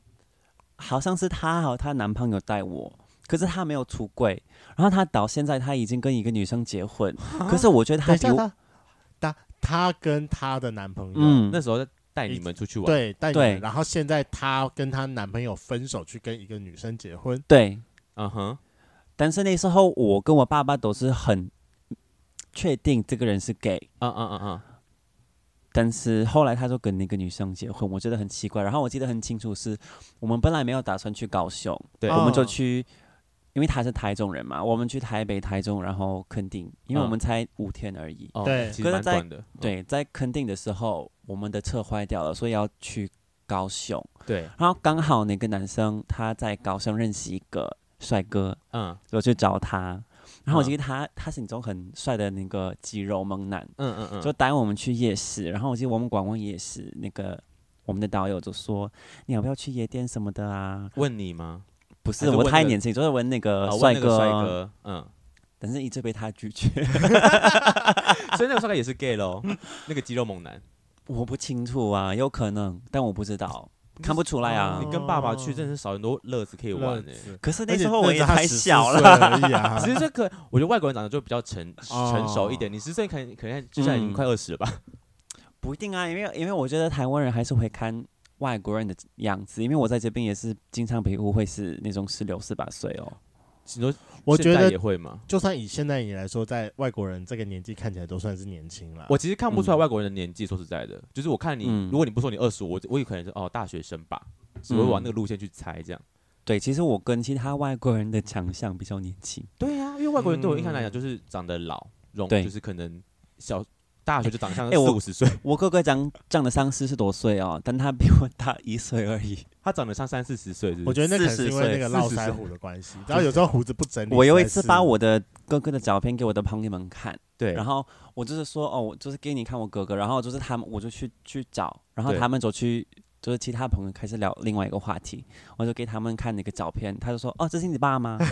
好像是她和她男朋友带我。可是他没有出柜，然后他到现在他已经跟一个女生结婚，可是我觉得等他一比下我他，他她跟她的男朋友，嗯那时候带你们出去玩，对，但你们对然后现在她跟她男朋友分手，去跟一个女生结婚，对，嗯哼，但是那时候我跟我爸爸都是很确定这个人是 gay，嗯嗯嗯嗯，但是后来他就跟那个女生结婚，我觉得很奇怪。然后我记得很清楚是，我们本来没有打算去高雄，对我们就哦去，因为他是台中人嘛，我们去台北、台中，然后垦丁，因为我嗯们才五天而已。哦对其可实是蛮在短的，嗯对，在垦丁的时候，我们的车坏掉了，所以要去高雄。对，然后刚好那个男生他在高雄认识一个帅哥，嗯我去找他。然后我嗯记得他，他是那种很帅的那个肌肉猛男，嗯嗯嗯，就带我们去夜市，然后我记得我们逛逛夜市，那个我们的导游就说你要不要去夜店什么的啊？问你吗？不还是是我问太那个年轻，就是问那个啊问呃帅那哥，个帅哥，嗯，但是一直被他拒绝， 所以那个帅哥也是 gay 咯，那个肌肉猛男。我不清楚啊，有可能，但我不知道，嗯看不出来啊。你跟爸爸去真的是少很多乐子可以玩诶、子可是而欸那且时候我那也时候他太14小岁了，而已 啊其实这个，我觉得外国人长得就比较成哦成熟一点。你十岁可能可能就现在已经快二十了嗯吧？不一定啊，因为因为我觉得台湾人还是会看外国人的样子，因为我在这边也是经常被误会是那种十六十八岁哦。你说我现觉在得也会吗？就算以现在你来说，在外国人这个年纪看起来都算是年轻了。我其实看不出来嗯外国人的年纪，说实在的，就是我看你，嗯如果你不说你二十五，我我也可能是哦大学生吧，只会往嗯那个路线去猜这样。对，其实我跟其他外国人的长相比较年轻。对啊呀、因为外国人对我印象来讲就是长得老，容嗯对就是可能小大学就长得像哎我四五十岁， 我哥哥长长得像四十多岁哦，但他比我大一岁而已。他长得像三四十岁，是不我是？觉得那可能是因为那个络40岁腮胡的关系，然后有时候胡子不整理。我有一次实在是把我的哥哥的照片给我的朋友们看，对，然后我就是说哦，我就是给你看我哥哥，然后就是他们我就去去找，然后对他们走去就是其他朋友开始聊另外一个话题，我就给他们看那个照片，他就说哦，这是你爸吗？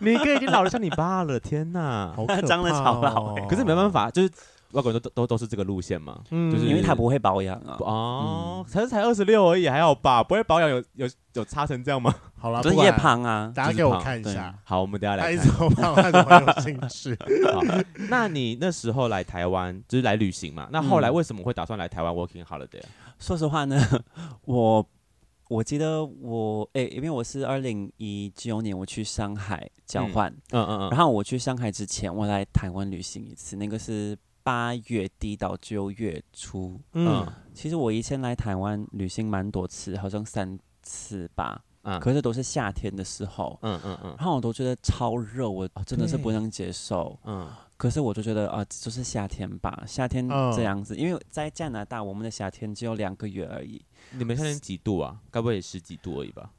你哥已经老的像你爸了，天哪！好可 张得怕超欸老哦可是没办，法，就是外国人都都都是这个路线嘛。嗯就是因为他不会保养啊。哦，才才二十六而已，还好吧？不会保养有有有差成这样吗？好了，就不是夜管，胖啊，大家给我看一就是下胖。好，我们等一下他来一看直。都胖，他怎么有兴 趣？ 好，啊那你那时候来台湾就是来旅行嘛？那后来为什么会打算来台湾 working holiday？啊说实话呢，我我记得我诶、因为我是二零一九年我去上海交换，嗯嗯嗯，然后我去上海之前，我来台湾旅行一次，那个是八月底到九月初。嗯其实我以前来台湾旅行蛮多次，好像三次吧，嗯可是都是夏天的时候。嗯嗯嗯然后我都觉得超热，我真的是不对能接受。嗯，可是我就觉得啊、就是夏天吧，夏天嗯这样子，因为在加拿大我们的夏天只有两个月而已，你们现在几度啊？该不会也十几度而已吧？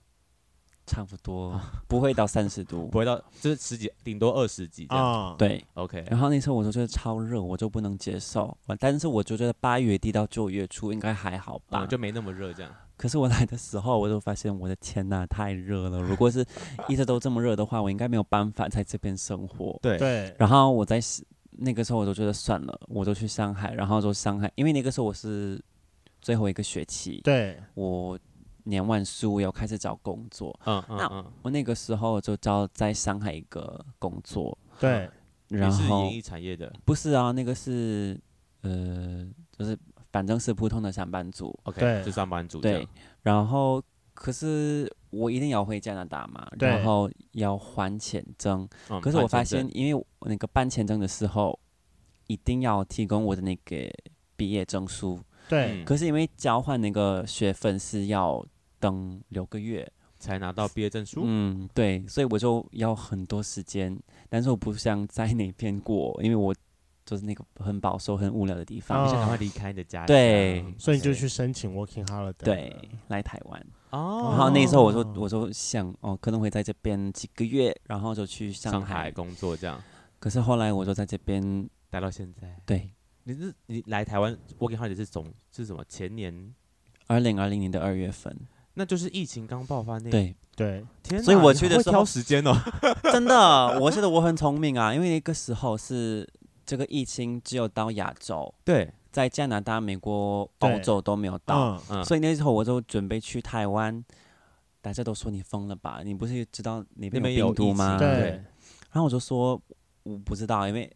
差不多不会到三十度啊不。会到就是十几，顶多二十几这样。 啊，对， OK，然后那时候我就觉得超热，我就不能接受。我但是我就觉得八月底到九月初应该还好吧。嗯，就没那么热这样。可是我来的时候，我就发现我的天呐，太 热了！如果是一直都这么热的话，我应该没有办法在这边生活。对啊对，然后我在西那个时候我就觉得算了，我就去上海，然后就上海，因为那个时候我是最后一个学期，对，我念完书要开始找工作，嗯嗯那嗯，我那个时候就找在上海一个工作，对，你然是后演艺产业的不是啊，那个是呃，就是反正是普通的上班族， ，OK，对就上班族这对样。，然后可是我一定要回加拿大嘛，对然后要还签证，嗯可是我换发签现证，因为我那个办签证的时候，一定要提供我的那个毕业证书，对，嗯可是因为交换那个学分是要等六个月，才拿到毕业证书。嗯，对，所以我就要很多时间，但是我不想在那边过，因为我就是那个很保守、很无聊的地方。你想赶哦快离开你的家乡。嗯对所以你就去申请 working holiday。对，，来台湾，哦，然后那时候我就哦我就想，哦，可能会在这边几个月，然后就去上上海工作这样，可是后来我就在这边，待到现在。对，你是你来台湾 working holiday 是从是什么？前年，二零二零年的二月份，那就是疫情刚爆发那，对，对，天哪，所以我你去好的会时挑候时间哦。真的，我觉得我很聪明啊，因为那个时候是这个疫情只有到亚洲， 对，在加拿大、美国、对欧洲都没有到，嗯，嗯，所以那时候我就准备去台湾。大家都说你疯了吧？你不是知道那那边边有有病毒疫情吗？对，然后我就说我不知道，因为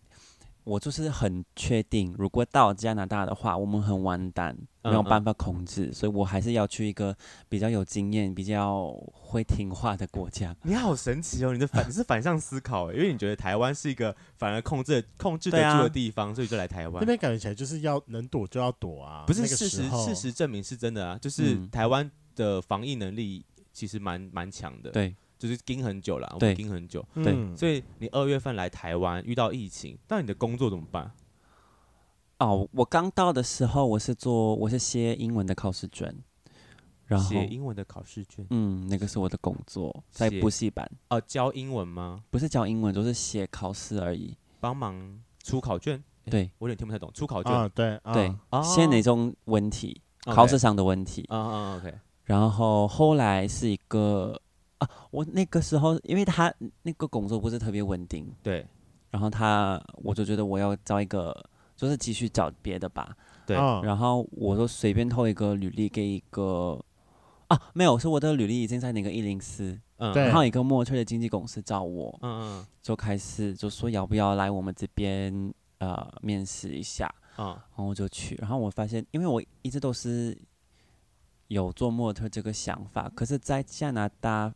我就是很确定，如果到加拿大的话，我们很完蛋，嗯没有嗯办法控制，所以我还是要去一个比较有经验、比较会听话的国家。你好神奇哦，你的反你是反向思考欸，因为你觉得台湾是一个反而控制控制得对啊住的地方，所以就来台湾那。边感觉起来就是要能躲就要躲啊，不是那个事时实，候事实证明是真的啊，就是嗯台湾的防疫能力其实蛮蛮强的，，对，就是盯很久了，我们对盯很久，对嗯所以你二月份来台湾遇到疫情，那你的工作怎么办？哦，我刚到的时候，我是做我是写英文的考试卷，然后写英文的考试卷，嗯，那个是我的工作，在写补习班，哦，教英文吗？不是教英文，就是写考试而已。帮忙出考卷，诶对我有点听不太懂，出考卷，啊，对啊对，哦写哪种问题，考试上的问题。啊啊，OK，然后后来是一个啊我那个时候，因为他那个工作不是特别稳定，对然后他我就觉得我要找一个，就是继续找别的吧。对嗯然后我就随便投一个履历给一个啊，没有，是我的履历已经在那个一零四，嗯对嗯然后一个墨翠的经纪公司找我，嗯就开始就说要不要来我们这边呃面试一下，嗯然后我就去，然后我发现，因为我一直都是有做模特这个想法，可是，在加拿大，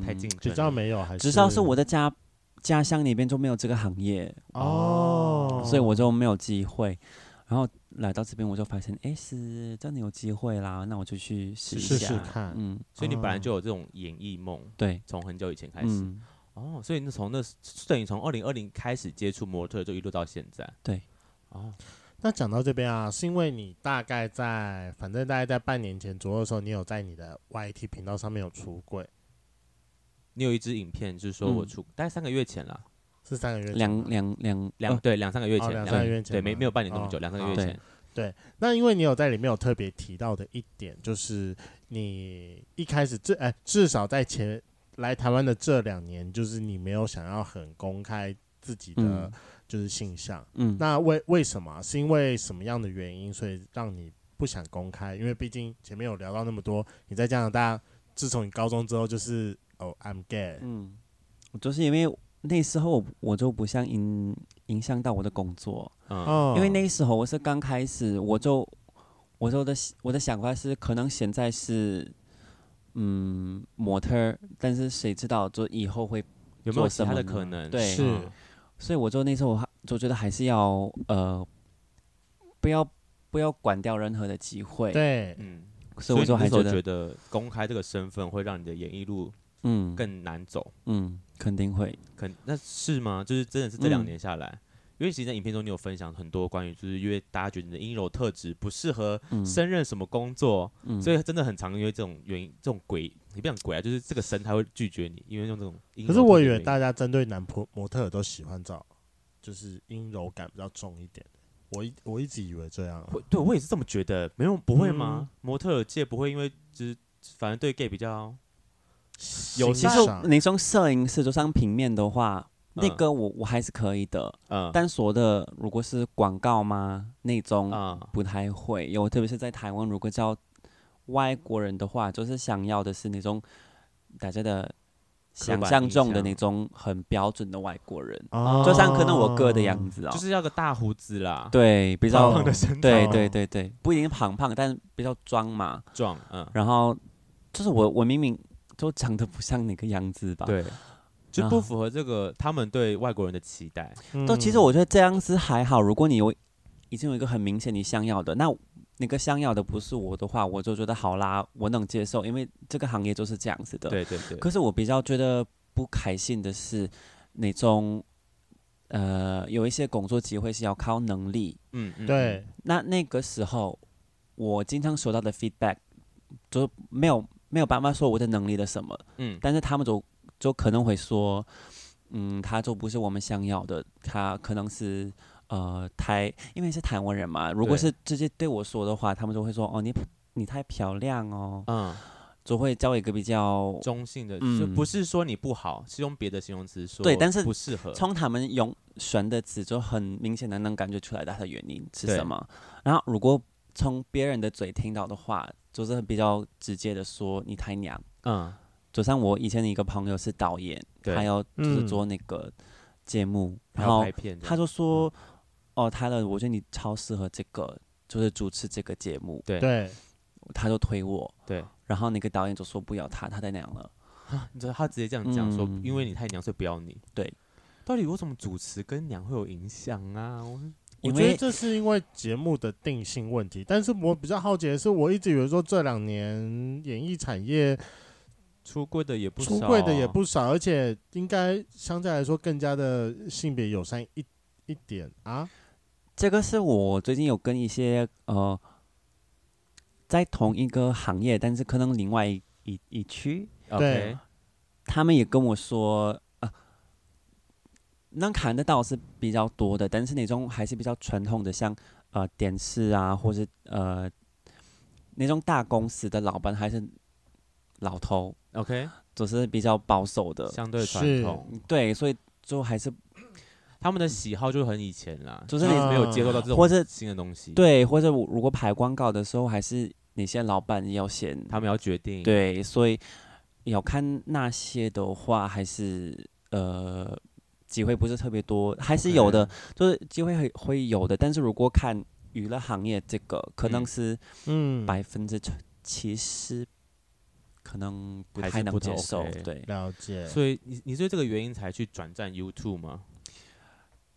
嗯，，太竞执争照了，没有还是？至少是我的家家乡里边就没有这个行业，哦，所以我就没有机会。然后来到这边，我就发现，哎，是真的有机会啦，那我就去试一下。试试看嗯，所以你本来就有这种演艺梦，对，从很久以前开始。嗯，哦，所以那从那摄影从二零二零开始接触模特，就一路到现在。对，哦，那讲到这边啊，是因为你大概在，反正大概在半年前左右的时候，你有在你的 YT 频道上面有出柜，你有一支影片，就是说我嗯出、大概三个月前了，是三个月前吗两两两两、呃对两三个月哦前，两两三个月前对，没吗没有半年这么久，哦两、三个月对前。那因为你有在里面有特别提到的一点，就是你一开始至哎、至少在前来台湾的这两年，就是你没有想要很公开自己的嗯就是性向。嗯，那为为什么啊？是因为什么样的原因，所以让你不想公开？因为毕竟前面有聊到那么多，你在加拿大，自从你高中之后就是哦、I'm gay，嗯，就是因为那时候我我就不想影影响到我的工作，嗯，哦因为那时候我是刚开始，我就我就的我的想法是，可能现在是嗯模特儿，但是谁知道就以后会，有没有做其什他么的可呢能？对哦是嗯所以我就那时候我还就觉得还是要呃不要不要管掉任何的机会，对，嗯，所以我你就那还时候觉觉得得公开这个身份会让你的演艺路嗯更难走，嗯肯定会肯那是吗？就是真的是这两嗯年下来。因为其实，在影片中你有分享很多关于，就是因为大家觉得你的阴柔特质不适合嗯胜任什么工作，嗯所以真的很常因为这种原因，这种鬼也不讲鬼啊，就是这个神他会拒绝你，因为用这种阴柔特质的可原因。嗯是我以为大家针对男模模特儿都喜欢找，就是阴柔感比较重一点。我一我一直以为这样啊，会对我也是这么觉得，没有不会吗？嗯模特儿界不会因为就是反正对 gay 比较有欣其欣实赏赏你从摄影师就上平面的话，那嗯个我我还是可以的，嗯但所有的如果是广告吗那种啊不太会有，特别是在台湾，如果叫外国人的话，就是想要的是那种大家的想象中的那种很标准的外国人，哦就像可能我哥的样子哦，就是要个大胡子啦，对比较、胖的身材对哦对对对，不一定胖胖，但比较壮嘛。壮，嗯，然后就是我我明明就长得不像那个样子吧，对，就啊不符合这个他们对外国人的期待。嗯但其实我觉得这样子还好，如果你有已经有一个很明显你想要的，那那个想要的不是我的话，我就觉得好啦，我能接受，因为这个行业就是这样子的。对对对，可是我比较觉得不开心的是那种，呃，有一些工作机会是要靠能力。嗯嗯，对那那个时候，我经常收到的 feedback 就没有没有办法说我的能力的什么，嗯，但是他们就就可能会说，嗯，他就不是我们想要的，他可能是呃台，因为是台湾人嘛，如果对是直接对我说的话，他们就会说哦你你太漂亮哦，嗯，就会教一个比较嗯中性的，嗯就不是说你不好，是用别的形容词说，对但是不适合，从他们用选的词就很明显的能感觉出来它的原因是对什么，然后如果从别人的嘴听到的话，就是比较直接的说你太娘。嗯，就像我以前的一个朋友是导演，对他要就是嗯做那个节目，然还有后拍片这他样，就说：“嗯哦，他的，我觉得你超适合这个，就是主持这个节目。对对，”他就推我，对，然后那个导演就说不要他，他太娘了。你知道他直接这样讲说，嗯因为你太娘，所以不要你。对，到底为什么主持跟娘会有影响啊？我我因觉得为这是因为节目的定性问题。但是我比较好奇的是，我一直以为说这两年演艺产业出柜的也不少、出柜的也不少，而且应该相对来说更加的性别友善一一点啊。这个是我最近有跟一些呃，在同一个行业，但是可能另外一一一区， OK，对他们也跟我说啊、能看得到是比较多的，但是那种还是比较传统的，像呃电视啊，或是呃那种大公司的老板还是老头， OK，总是比较保守的，相对传是统，对，所以就还是他们的喜好就是很以前啦，就是是没有接受到这或种者新的东西，，对，或者我如果排广告的时候，还是你现在老板要先他们要决定，，对，所以要看那些的话，还是呃机会不是特别多，还是有的，就是机会会会有的。但是如果看娱乐行业这个，可能嗯是嗯，百分之七十，可能不还太是能不接太受。 OK 对，了解，所以你你是因为这个原因才去转战 YouTube 吗？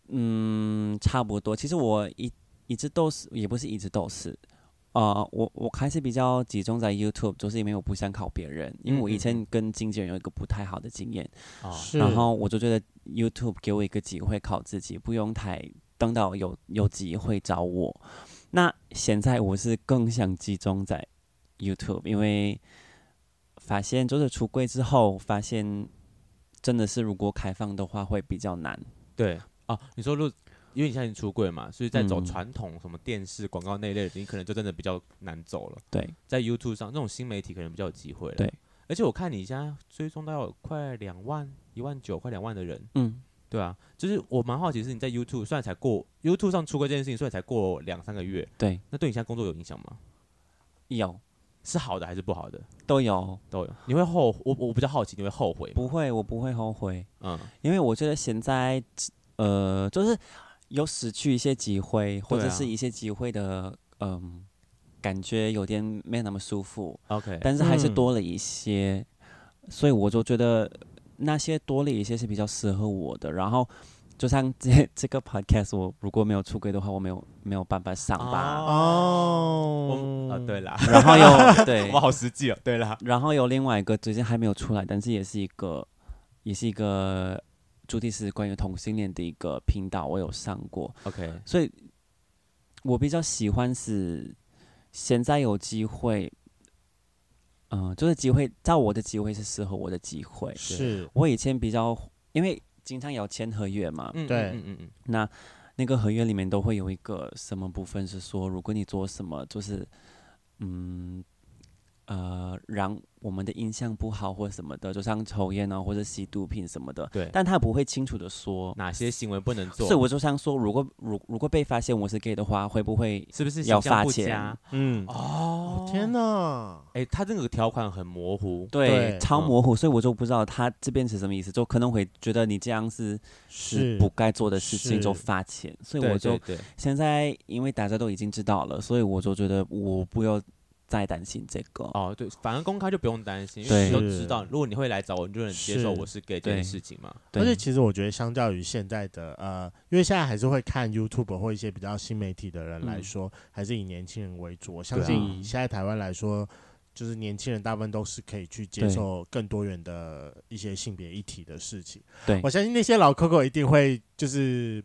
嗯，差不多。其实我一一直都是，也不是一直都是。呃，我我还是比较集中在 YouTube，就是因为我不想考别人，因为我嗯嗯以前嗯跟经纪人有一个不太好的经验，啊，是，然后我就觉得 YouTube 给我一个机会考自己，不用太等到有有机会找我。那现在我是更想集中在 YouTube，因为发现就是出柜之后，发现真的是如果开放的话会比较难。对啊，你说如果因为你现在已经出柜嘛，所以在走嗯传统什么电视广告那一类的，你可能就真的比较难走了。对，在 YouTube 上这种新媒体可能比较有机会了。对，而且我看你现在追踪到有快两万、一万九、快两万的人，嗯，对啊，就是我蛮好奇是你在 YouTube 虽然才过 YouTube 上出柜这件事情，虽然才过两三个月，对，那对你现在工作有影响吗？有是好的还是不好的都有，都有？你会后我我比较好奇你会后悔吗？不会，我不会后悔。嗯，因为我觉得现在，呃，就是有失去一些机会，或对者啊是一些机会的，嗯、感觉有点没那么舒服， OK，但是还是嗯多了一些，所以我就觉得那些多了一些是比较适合我的。然后，就像这这个 podcast，我如果没有出轨的话，我没有没有办法上吧。嗯哦我，啊对啦，然后有 对我，好实际哦，对啦，然后有另外一个最近还没有出来，但是也是一个，也是一个主题是关于同性恋的一个频道，我有上过， OK，所以我比较喜欢是现在有机会，嗯、就是机会，照我的机会是适合我的机会。是我以前比较，因为经常有签合约嘛，嗯，对嗯嗯嗯那那个合约里面都会有一个什么部分是说，如果你做什么，就是嗯呃，让我们的印象不好或什么的，就像抽烟啊或者吸毒品什么的，对但他不会清楚的说。哪些行为不能做？所以我就想说，如果如如果被发现我是 gay 的话，会不会是不是要形象罚不钱佳？嗯，哦天！哪，哎、他这个条款很模糊，对对超嗯模糊？所以我就不知道他这边是什么意思，就可能会觉得你这样是是不该做的事情，就是罚钱。所以对我就对对现在因为大家都已经知道了，所以我就觉得我不要再担心这个。哦对，反而公开就不用担心，因为对你都是知道，如果你会来找我，你就能接受是我是 gay 这件对事情嘛。对而且其实我觉得，相较于现在的呃，因为现在还是会看 YouTube 或一些比较新媒体的人来说，还是以年轻人为主。我相信以现在台湾来说，就是年轻人大部分都是可以去接受更多元的一些性别议题的事情。对我相信那些老 Coco 一定会就是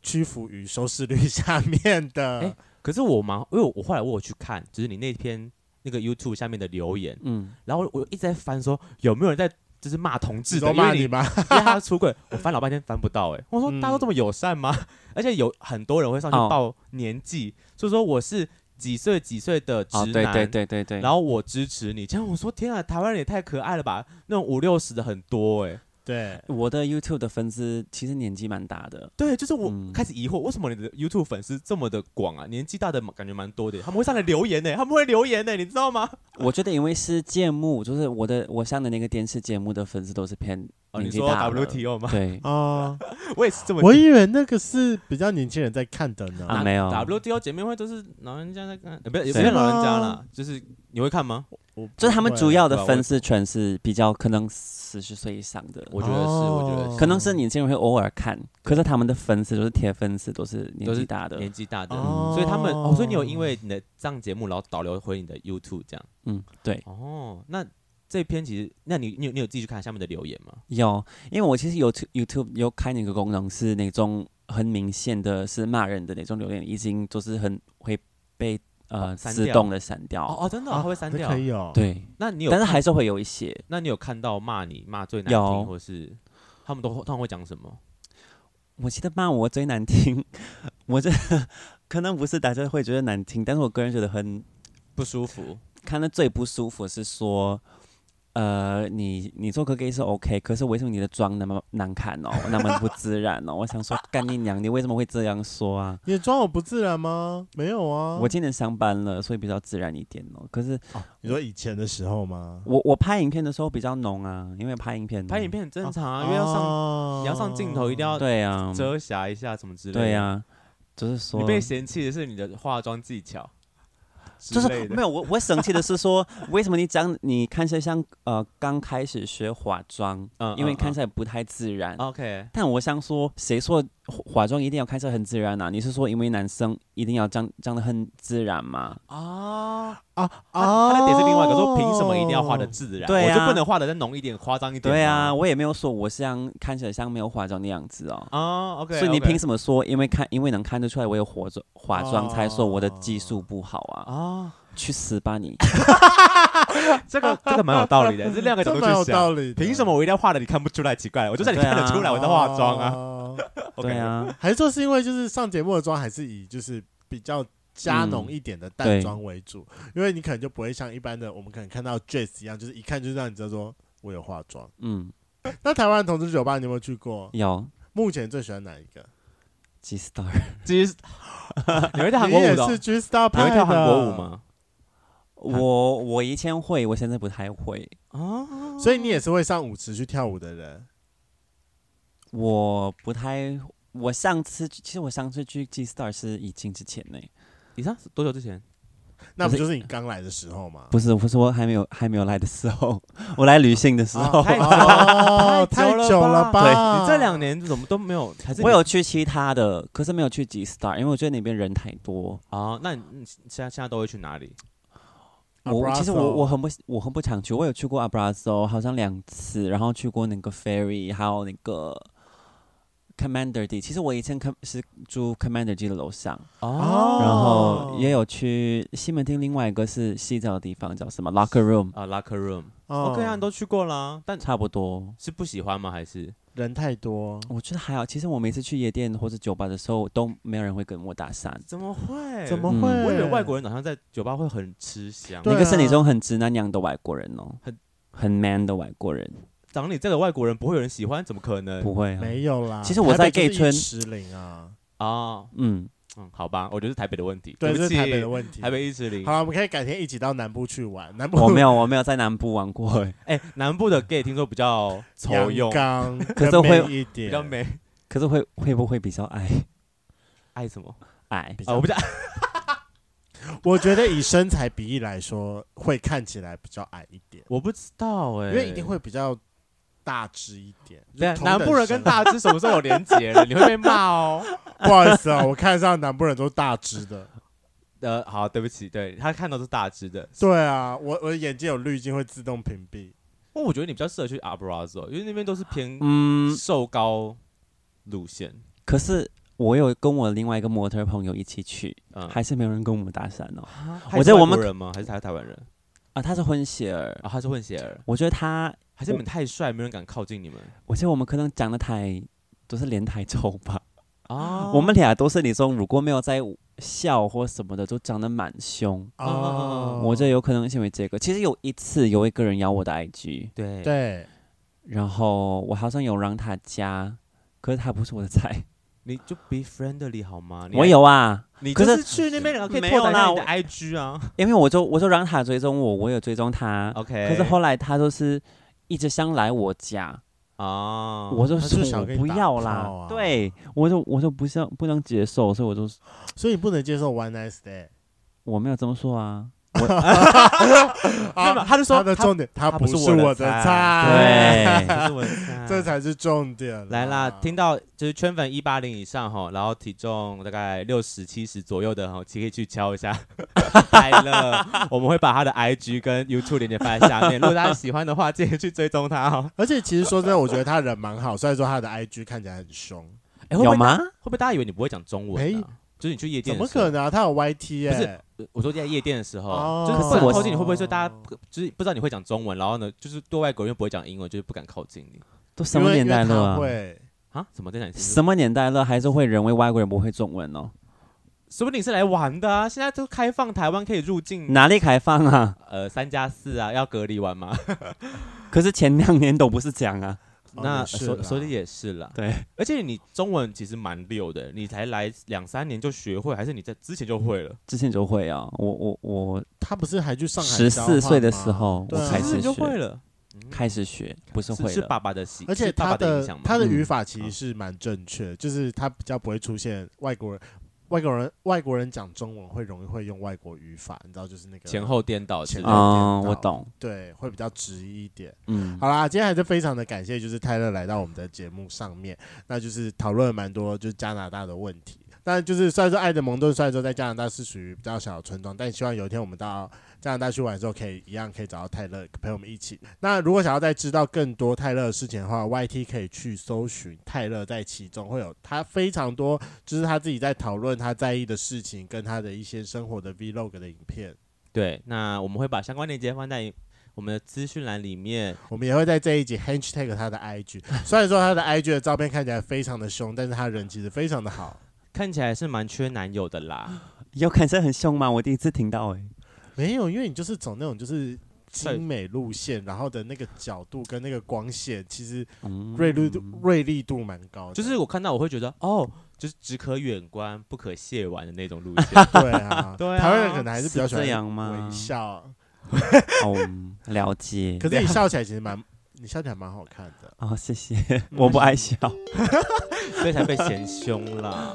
屈服于收视率 下面的。哎可是我蛮，因为我后来我有去看，就是你那篇那个 YouTube 下面的留言，嗯，然后我一直在翻说有没有人在就是骂同志的，都因为骂你你吗？因为他出轨，我翻老半天翻不到哎、我说嗯大家都这么友善吗？ 而且有很多人会上去哦报年纪，就说我是几岁几岁的直哦，男，对对对对对，然后我支持你。这样我说天啊，台湾人也太可爱了吧！那种五六十的很多哎、对，我的 YouTube 的粉丝其实年纪蛮大的，对，就是我嗯开始疑惑，为什么你的 YouTube 粉丝这么的广啊？年纪大的感觉蛮多的，他们会上来留言呢、他们会留言呢、你知道吗？我觉得因为是节目，就是我的我上的那个电视节目的粉丝都是偏哦，年你纪说大的， WTO 吗？对哦、我也是这么我以为那个是比较年轻人在看的呢。啊没有 WTO 姐妹会都是老人家在看，呃不是也是不是老人家吗啦，就是你会看吗？我不就是他们会主要的对啊粉丝全是比较可能四十岁以上的，我觉得是，我觉得哦是可能是年轻人会偶尔看，可是他们的粉丝就是铁粉丝，都是年都纪是大的，年纪大的，哦所以他们哦，所以你有因为你的这样节目，然后导流回你的 YouTube 这样嗯，对。哦，那。这篇其实，那你你有你有自己去看下面的留言吗？有，因为我其实有 tu- YouTube 有开那个功能，是那种很明显的是骂人的那种留言，已经就是很会被哦呃删自掉动的删掉。哦哦，真的哦、它啊会删那掉。可以哦。对，那你有但是还是会有一些，那你有看到骂你骂最难听，有或是他们都他们会讲什么？我记得骂我最难听， 我这可能不是大家会觉得难听，但是我个人觉得很不舒服看的最不舒服是说，呃，你你做个 gay 是 OK，可是为什么你的妆那么难看哦，那么不自然哦？我想说，干你娘，你为什么会这样说啊？你的妆有不自然吗？没有啊。我今年上班了，所以比较自然一点哦。可是你说以前的时候吗？我我拍影片的时候比较浓啊，因为拍影片拍影片很正哦常啊，因为要上上你要上镜头，一定要对啊，遮瑕一下什哦么之类的。对啊，就是说你被嫌弃的是你的化妆技巧，就是之类的没有我，我生气的是说，为什么你讲你看起来像呃刚开始学化妆，嗯因为看嗯起来不太自然。嗯 OK，但我想说，谁说化化妆一定要看起来很自然啊？你是说因为男生一定要长长得很自然吗？啊，啊他啊！的点是另外一个，说凭什么一定要哦画的自然？对啊我就不能画的再浓一点、夸张一点吗？对啊，我也没有说我像看起来像没有化妆的样子哦。啊，OK，所以你凭时什么说？因为看，因为能看得出来我有化妆，化妆才说我的技哦术不好啊！啊，去死 吧你！这个这个蛮有道理的，是两个角这度蛮有去道想。理的。凭什么我一定要画的你看不出来？奇怪，我就算你看得出来，我在化妆啊。啊？ OK，对啊，还是说是因为就是上节目的妆还是以就是比较嗯加浓一点的淡妆为主，因为你可能就不会像一般的我们可能看到 Jazz 一样，就是一看就让你知道说我有化妆。嗯，那台湾同志酒吧你有没有去过？有目前最喜欢哪一个？ G Star。 其实你会跳韩你国舞也的哦，是 G Star 你会派的跳韩国舞？吗？我我以前会，我现在不太会。啊，所以你也是会上舞池去跳舞的人。我不太，我上次其实我上次去 G Star 是疫情之前呢，以上是多久之前？那不就是你刚来的时候吗？不是，我说我还没有还没有来的时候，我来旅行的时候，太久哦，太久了吧？对你这两年怎么都没有？还是你我有去其他的，可是没有去 G Star，因为我觉得那边人太多。啊？那你你现在现在都会去哪里？我其实 Abrazo 我我很不我很不常去，我有去过 Abrazo 好像两次，然后去过那个 Ferry，还有那个 Commander D。其实我以前 com 是住 Commander D 的楼上，哦然后也有去西门町另外一个是洗澡的地方，叫什么 locker room，啊，locker room，哦 OK 啊，你都去过啦，但差不多。是不喜欢吗？还是人太多，我觉得还好，其实我每次去夜店或者酒吧的时候，都没有人会跟我搭讪。怎么会？怎么嗯会？我以为外国人好像在酒吧会很吃香，对啊那个是你这种很直男样的外国人哦，很很很 man 的外国人，长你这个外国人不会有人喜欢，怎么可能不会啊。没有啦。其实我在 gay 村失灵啊，啊？ 嗯，嗯，好吧，我觉得是台北的问题，对，不这起是台北的问题。台北一直零好。了，我们可以改天一起到南部去玩。南部我没有，我没有在南部玩过欸，哎，南部的 gay 听说比较愁 阳用，刚，可是跟会美一点，比较美，可是会会不会比较矮爱什么 矮？比较啊？我不知道，我觉得以身材比例来说，会看起来比较矮一点，我不知道哎，因为一定会比较大只一点。对啊。同南等部人跟身大只什么时候有连结了？ 你会被骂哦。不好意思啊，我看上南部人都大只的。呃，好，对不起，对他看到是大只的，对啊，我我的眼睛有滤镜会自动屏蔽。哦，我觉得你比较适合去阿布拉佐，因为那边都是偏嗯，瘦高路线。可是我有跟我另外一个模特儿朋友一起去，嗯，还是没有人跟我们搭讪哦。他我也觉是得外我们国人吗？还是他是台湾人？啊，他是混血儿，啊，他是混血儿，我觉得他，还是你们太帅，没人敢靠近你们我觉得我们可能长得太都是脸太丑吧。啊我们俩都是那种如果没有在笑或什么的，都长得蛮凶。嗯嗯嗯哦，我觉得有可能是因为这个。其实有一次有一个人要我的 IG，对对，然后我好像有让他加，可是他不是我的菜。你就 be friendly 好吗？你我还，有啊，你可就是是去那边然后可以没拓有展一下啦你的我 IG 啊。因为我就我就让他追踪我，我有追踪他。 OK，可是后来他就是一直想来我家，啊，我就他是说想我跟你不打要炮啦啊，对我就我就不想不能接受，所以我就所以你不能接受 one night stay。我没有这么说啊，没有没有他就说啊他的他重点，他他不不是是我的我的菜 菜，这是我的 这才啊是重点啦。来啦，听到就是圈粉一八零以上哈，然后体重大概六十七十左右的哈，其实可以去敲一下 快乐。我们会把他的 IG 跟 YouTube 连接放在下面，如果大家喜欢的话，记得去追踪他哦。而且其实说真的，我觉得他人蛮好，虽然说他的 IG 看起来很凶，哎会不有会大吗？会不会大家以为你不会讲中文、啊？就是你去夜店怎的么时候，可能啊？他有 YT 耶、不是呃我说在夜店的时候，哦就是不敢可是我靠近你，会不会说大家就是不知道你会讲中文，然后呢，就是对外国人又不会讲英文，就是不敢靠近你都什么年代了、因啊？为啊？怎么在讲？什么年代了，还是会人为外国人不会中文哦？说不定是来玩的啊！现在都开放台湾可以入境，哪里开放啊？呃，三加四啊，要隔离完嘛。可是前两年都不是这样啊。哦那也呃是说说的啦也是啦，对，而且你中文其实蛮溜的，你才来两三年就学会，还是你在之前就会了？之前就会啊，我我我他不是还去上海十交四岁换的吗时候对我啊开之前始就会学，了，嗯开始学不是会是了。爸爸的习，而且是爸他爸的的影响嘛。他的嗯语法其实是蛮正确，就是他比较不会出现外国人。外国人外国人讲中文会容易会用外国语法，你知道就是那个前后颠倒之类的，前后嗯，有点我到懂。对会比较直一点。嗯，好啦，今天还是非常的感谢，就是泰勒来到我们的节目上面，那就是讨论了蛮多就是加拿大的问题。但就是呃虽然说爱德蒙顿虽然说在加拿大是属于比较小的村庄，但希望有一天我们到加拿大去玩的时候，可以一样可以找到泰勒陪我们一起。那如果想要再知道更多泰勒的事情的话，YT 可以去搜寻泰勒，在其中会有他非常多，就是他自己在讨论他在意的事情，跟他的一些生活的 Vlog 的影片。对，那我们会把相关链接放在我们的资讯栏里面。我们也会在这一集 hashtag 他的 IG。虽然说他的 IG 的照片看起来非常的凶，但是他人其实非常的好。看起来是蛮缺男友的啦，有看起来很凶吗？我第一次听到哎、没有，因为你就是走那种就是精美路线，然后的那个角度跟那个光线，其实嗯，锐利度、锐利度蛮高的。就是我看到我会觉得哦，就是只可远观不可亵玩的那种路线。对啊， 对啊台湾人可能还是比较喜这欢样吗微？笑，哦，嗯了解。可是你笑起来其实蛮，你笑起来蛮好看的。哦，谢谢，我不爱笑。所以才被嫌凶啦。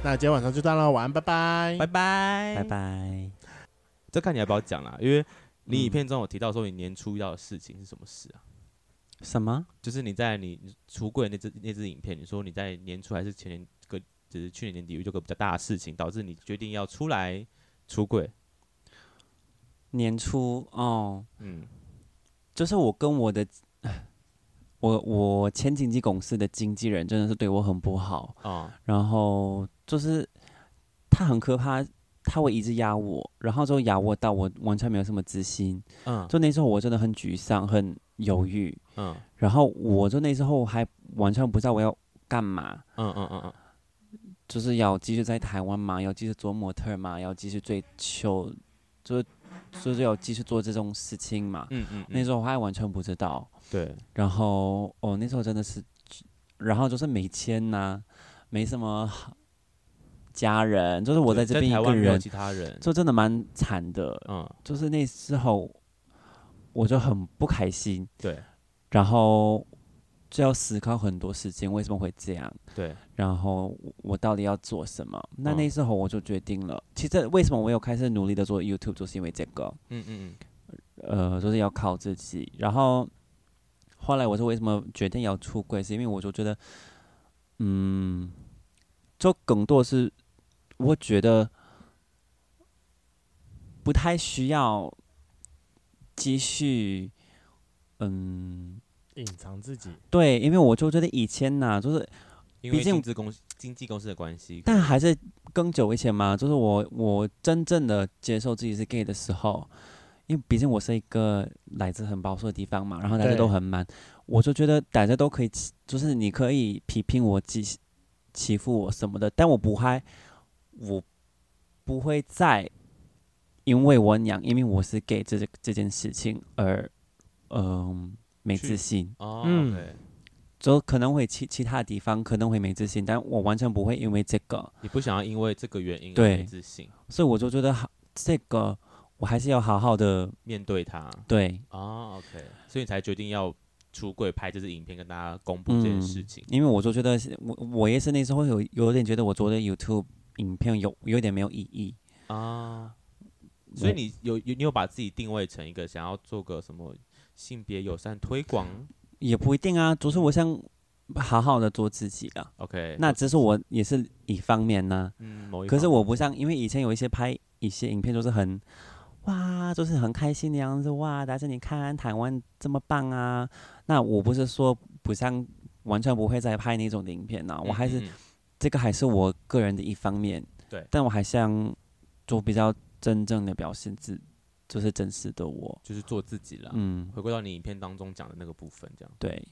那今天晚上就到了，晚安，拜拜，拜拜，拜。拜。这看你要不要讲啦，因为你影片中有提到说你年初遇到的事情是什么事啊？什么？就是你在你出柜那支那支影片，你说你在年初还是前年个，只是去年年底遇到个比较大的事情，导致你决定要出来出柜。年初哦，嗯，就是我跟我的，我我前经纪公司的经纪人真的是对我很不好，哦，然后就是他很可怕，他会一直压我，然后就压我到我完全没有什么自信，嗯，就那时候我真的很沮丧，很犹豫，嗯，然后我就那时候还完全不知道我要干嘛，嗯，嗯，嗯，嗯，就是要继续在台湾嘛，要继续做模特儿嘛，要继续追求，就就是要继续做这种事情嘛。嗯，嗯，那时候我还完全不知道，对，然后哦，那时候真的是，然后就是没钱呐、没什么好家人，就是我在这边台一个湾没有人，其他人，就真的蛮惨的。嗯，就是那时候我就很不开心，对，然后就要思考很多事情，为什么会这样？对，然后我我到底要做什么？那嗯那时候我就决定了，其实为什么我有开始努力的做 YouTube，就是因为这个，嗯嗯呃，就是要靠自己。然后后来我是为什么决定要出柜，是因为我就觉得，嗯，就更多是我觉得不太需要继续，嗯。隐藏自己，对，因为我就觉得以前呐、就是嗯，因毕为竟经纪公司经纪公司的关系，但还是更久以前嘛，就是我我真正的接受自己是 gay 的时候，因为毕竟我是一个来自很保守的地方嘛，然后大家对都很 man，我就觉得大家都可以欺，就是你可以批评我、欺欺负我什么的，但我不会，我不会再因为我娘，因为我是 gay 这这件事情而嗯、没去自信。哦，嗯对，就可能会其其他地方可能会没自信，但我完全不会因为这个，你不想要因为这个原因而对没自信，所以我就觉得好，这个我还是要好好的面对它，对，哦，OK，所以你才决定要出柜拍这支影片跟大家公布这件事情，哦嗯因为我就觉得是我我也是那时候有有点觉得我做的 YouTube 影片有有点没有意义，嗯啊，所以你有有你有把自己定位成一个想要做个什么性别友善推广，也不一定啊，就是我想好好的做自己啊。 OK，那只是我也是一方面呢、嗯，某一可是方我不像，因为以前有一些拍一些影片都是很。哇，就是很开心的样子哇！但是你看台湾这么棒啊，那我不是说不像，完全不会再拍那种的影片呢、我还是、嗯嗯嗯这个还是我个人的一方面。对但我还想做比较真正的表现自，就是真实的我。就是做自己啦。嗯，回归到你影片当中讲的那个部分，这样对，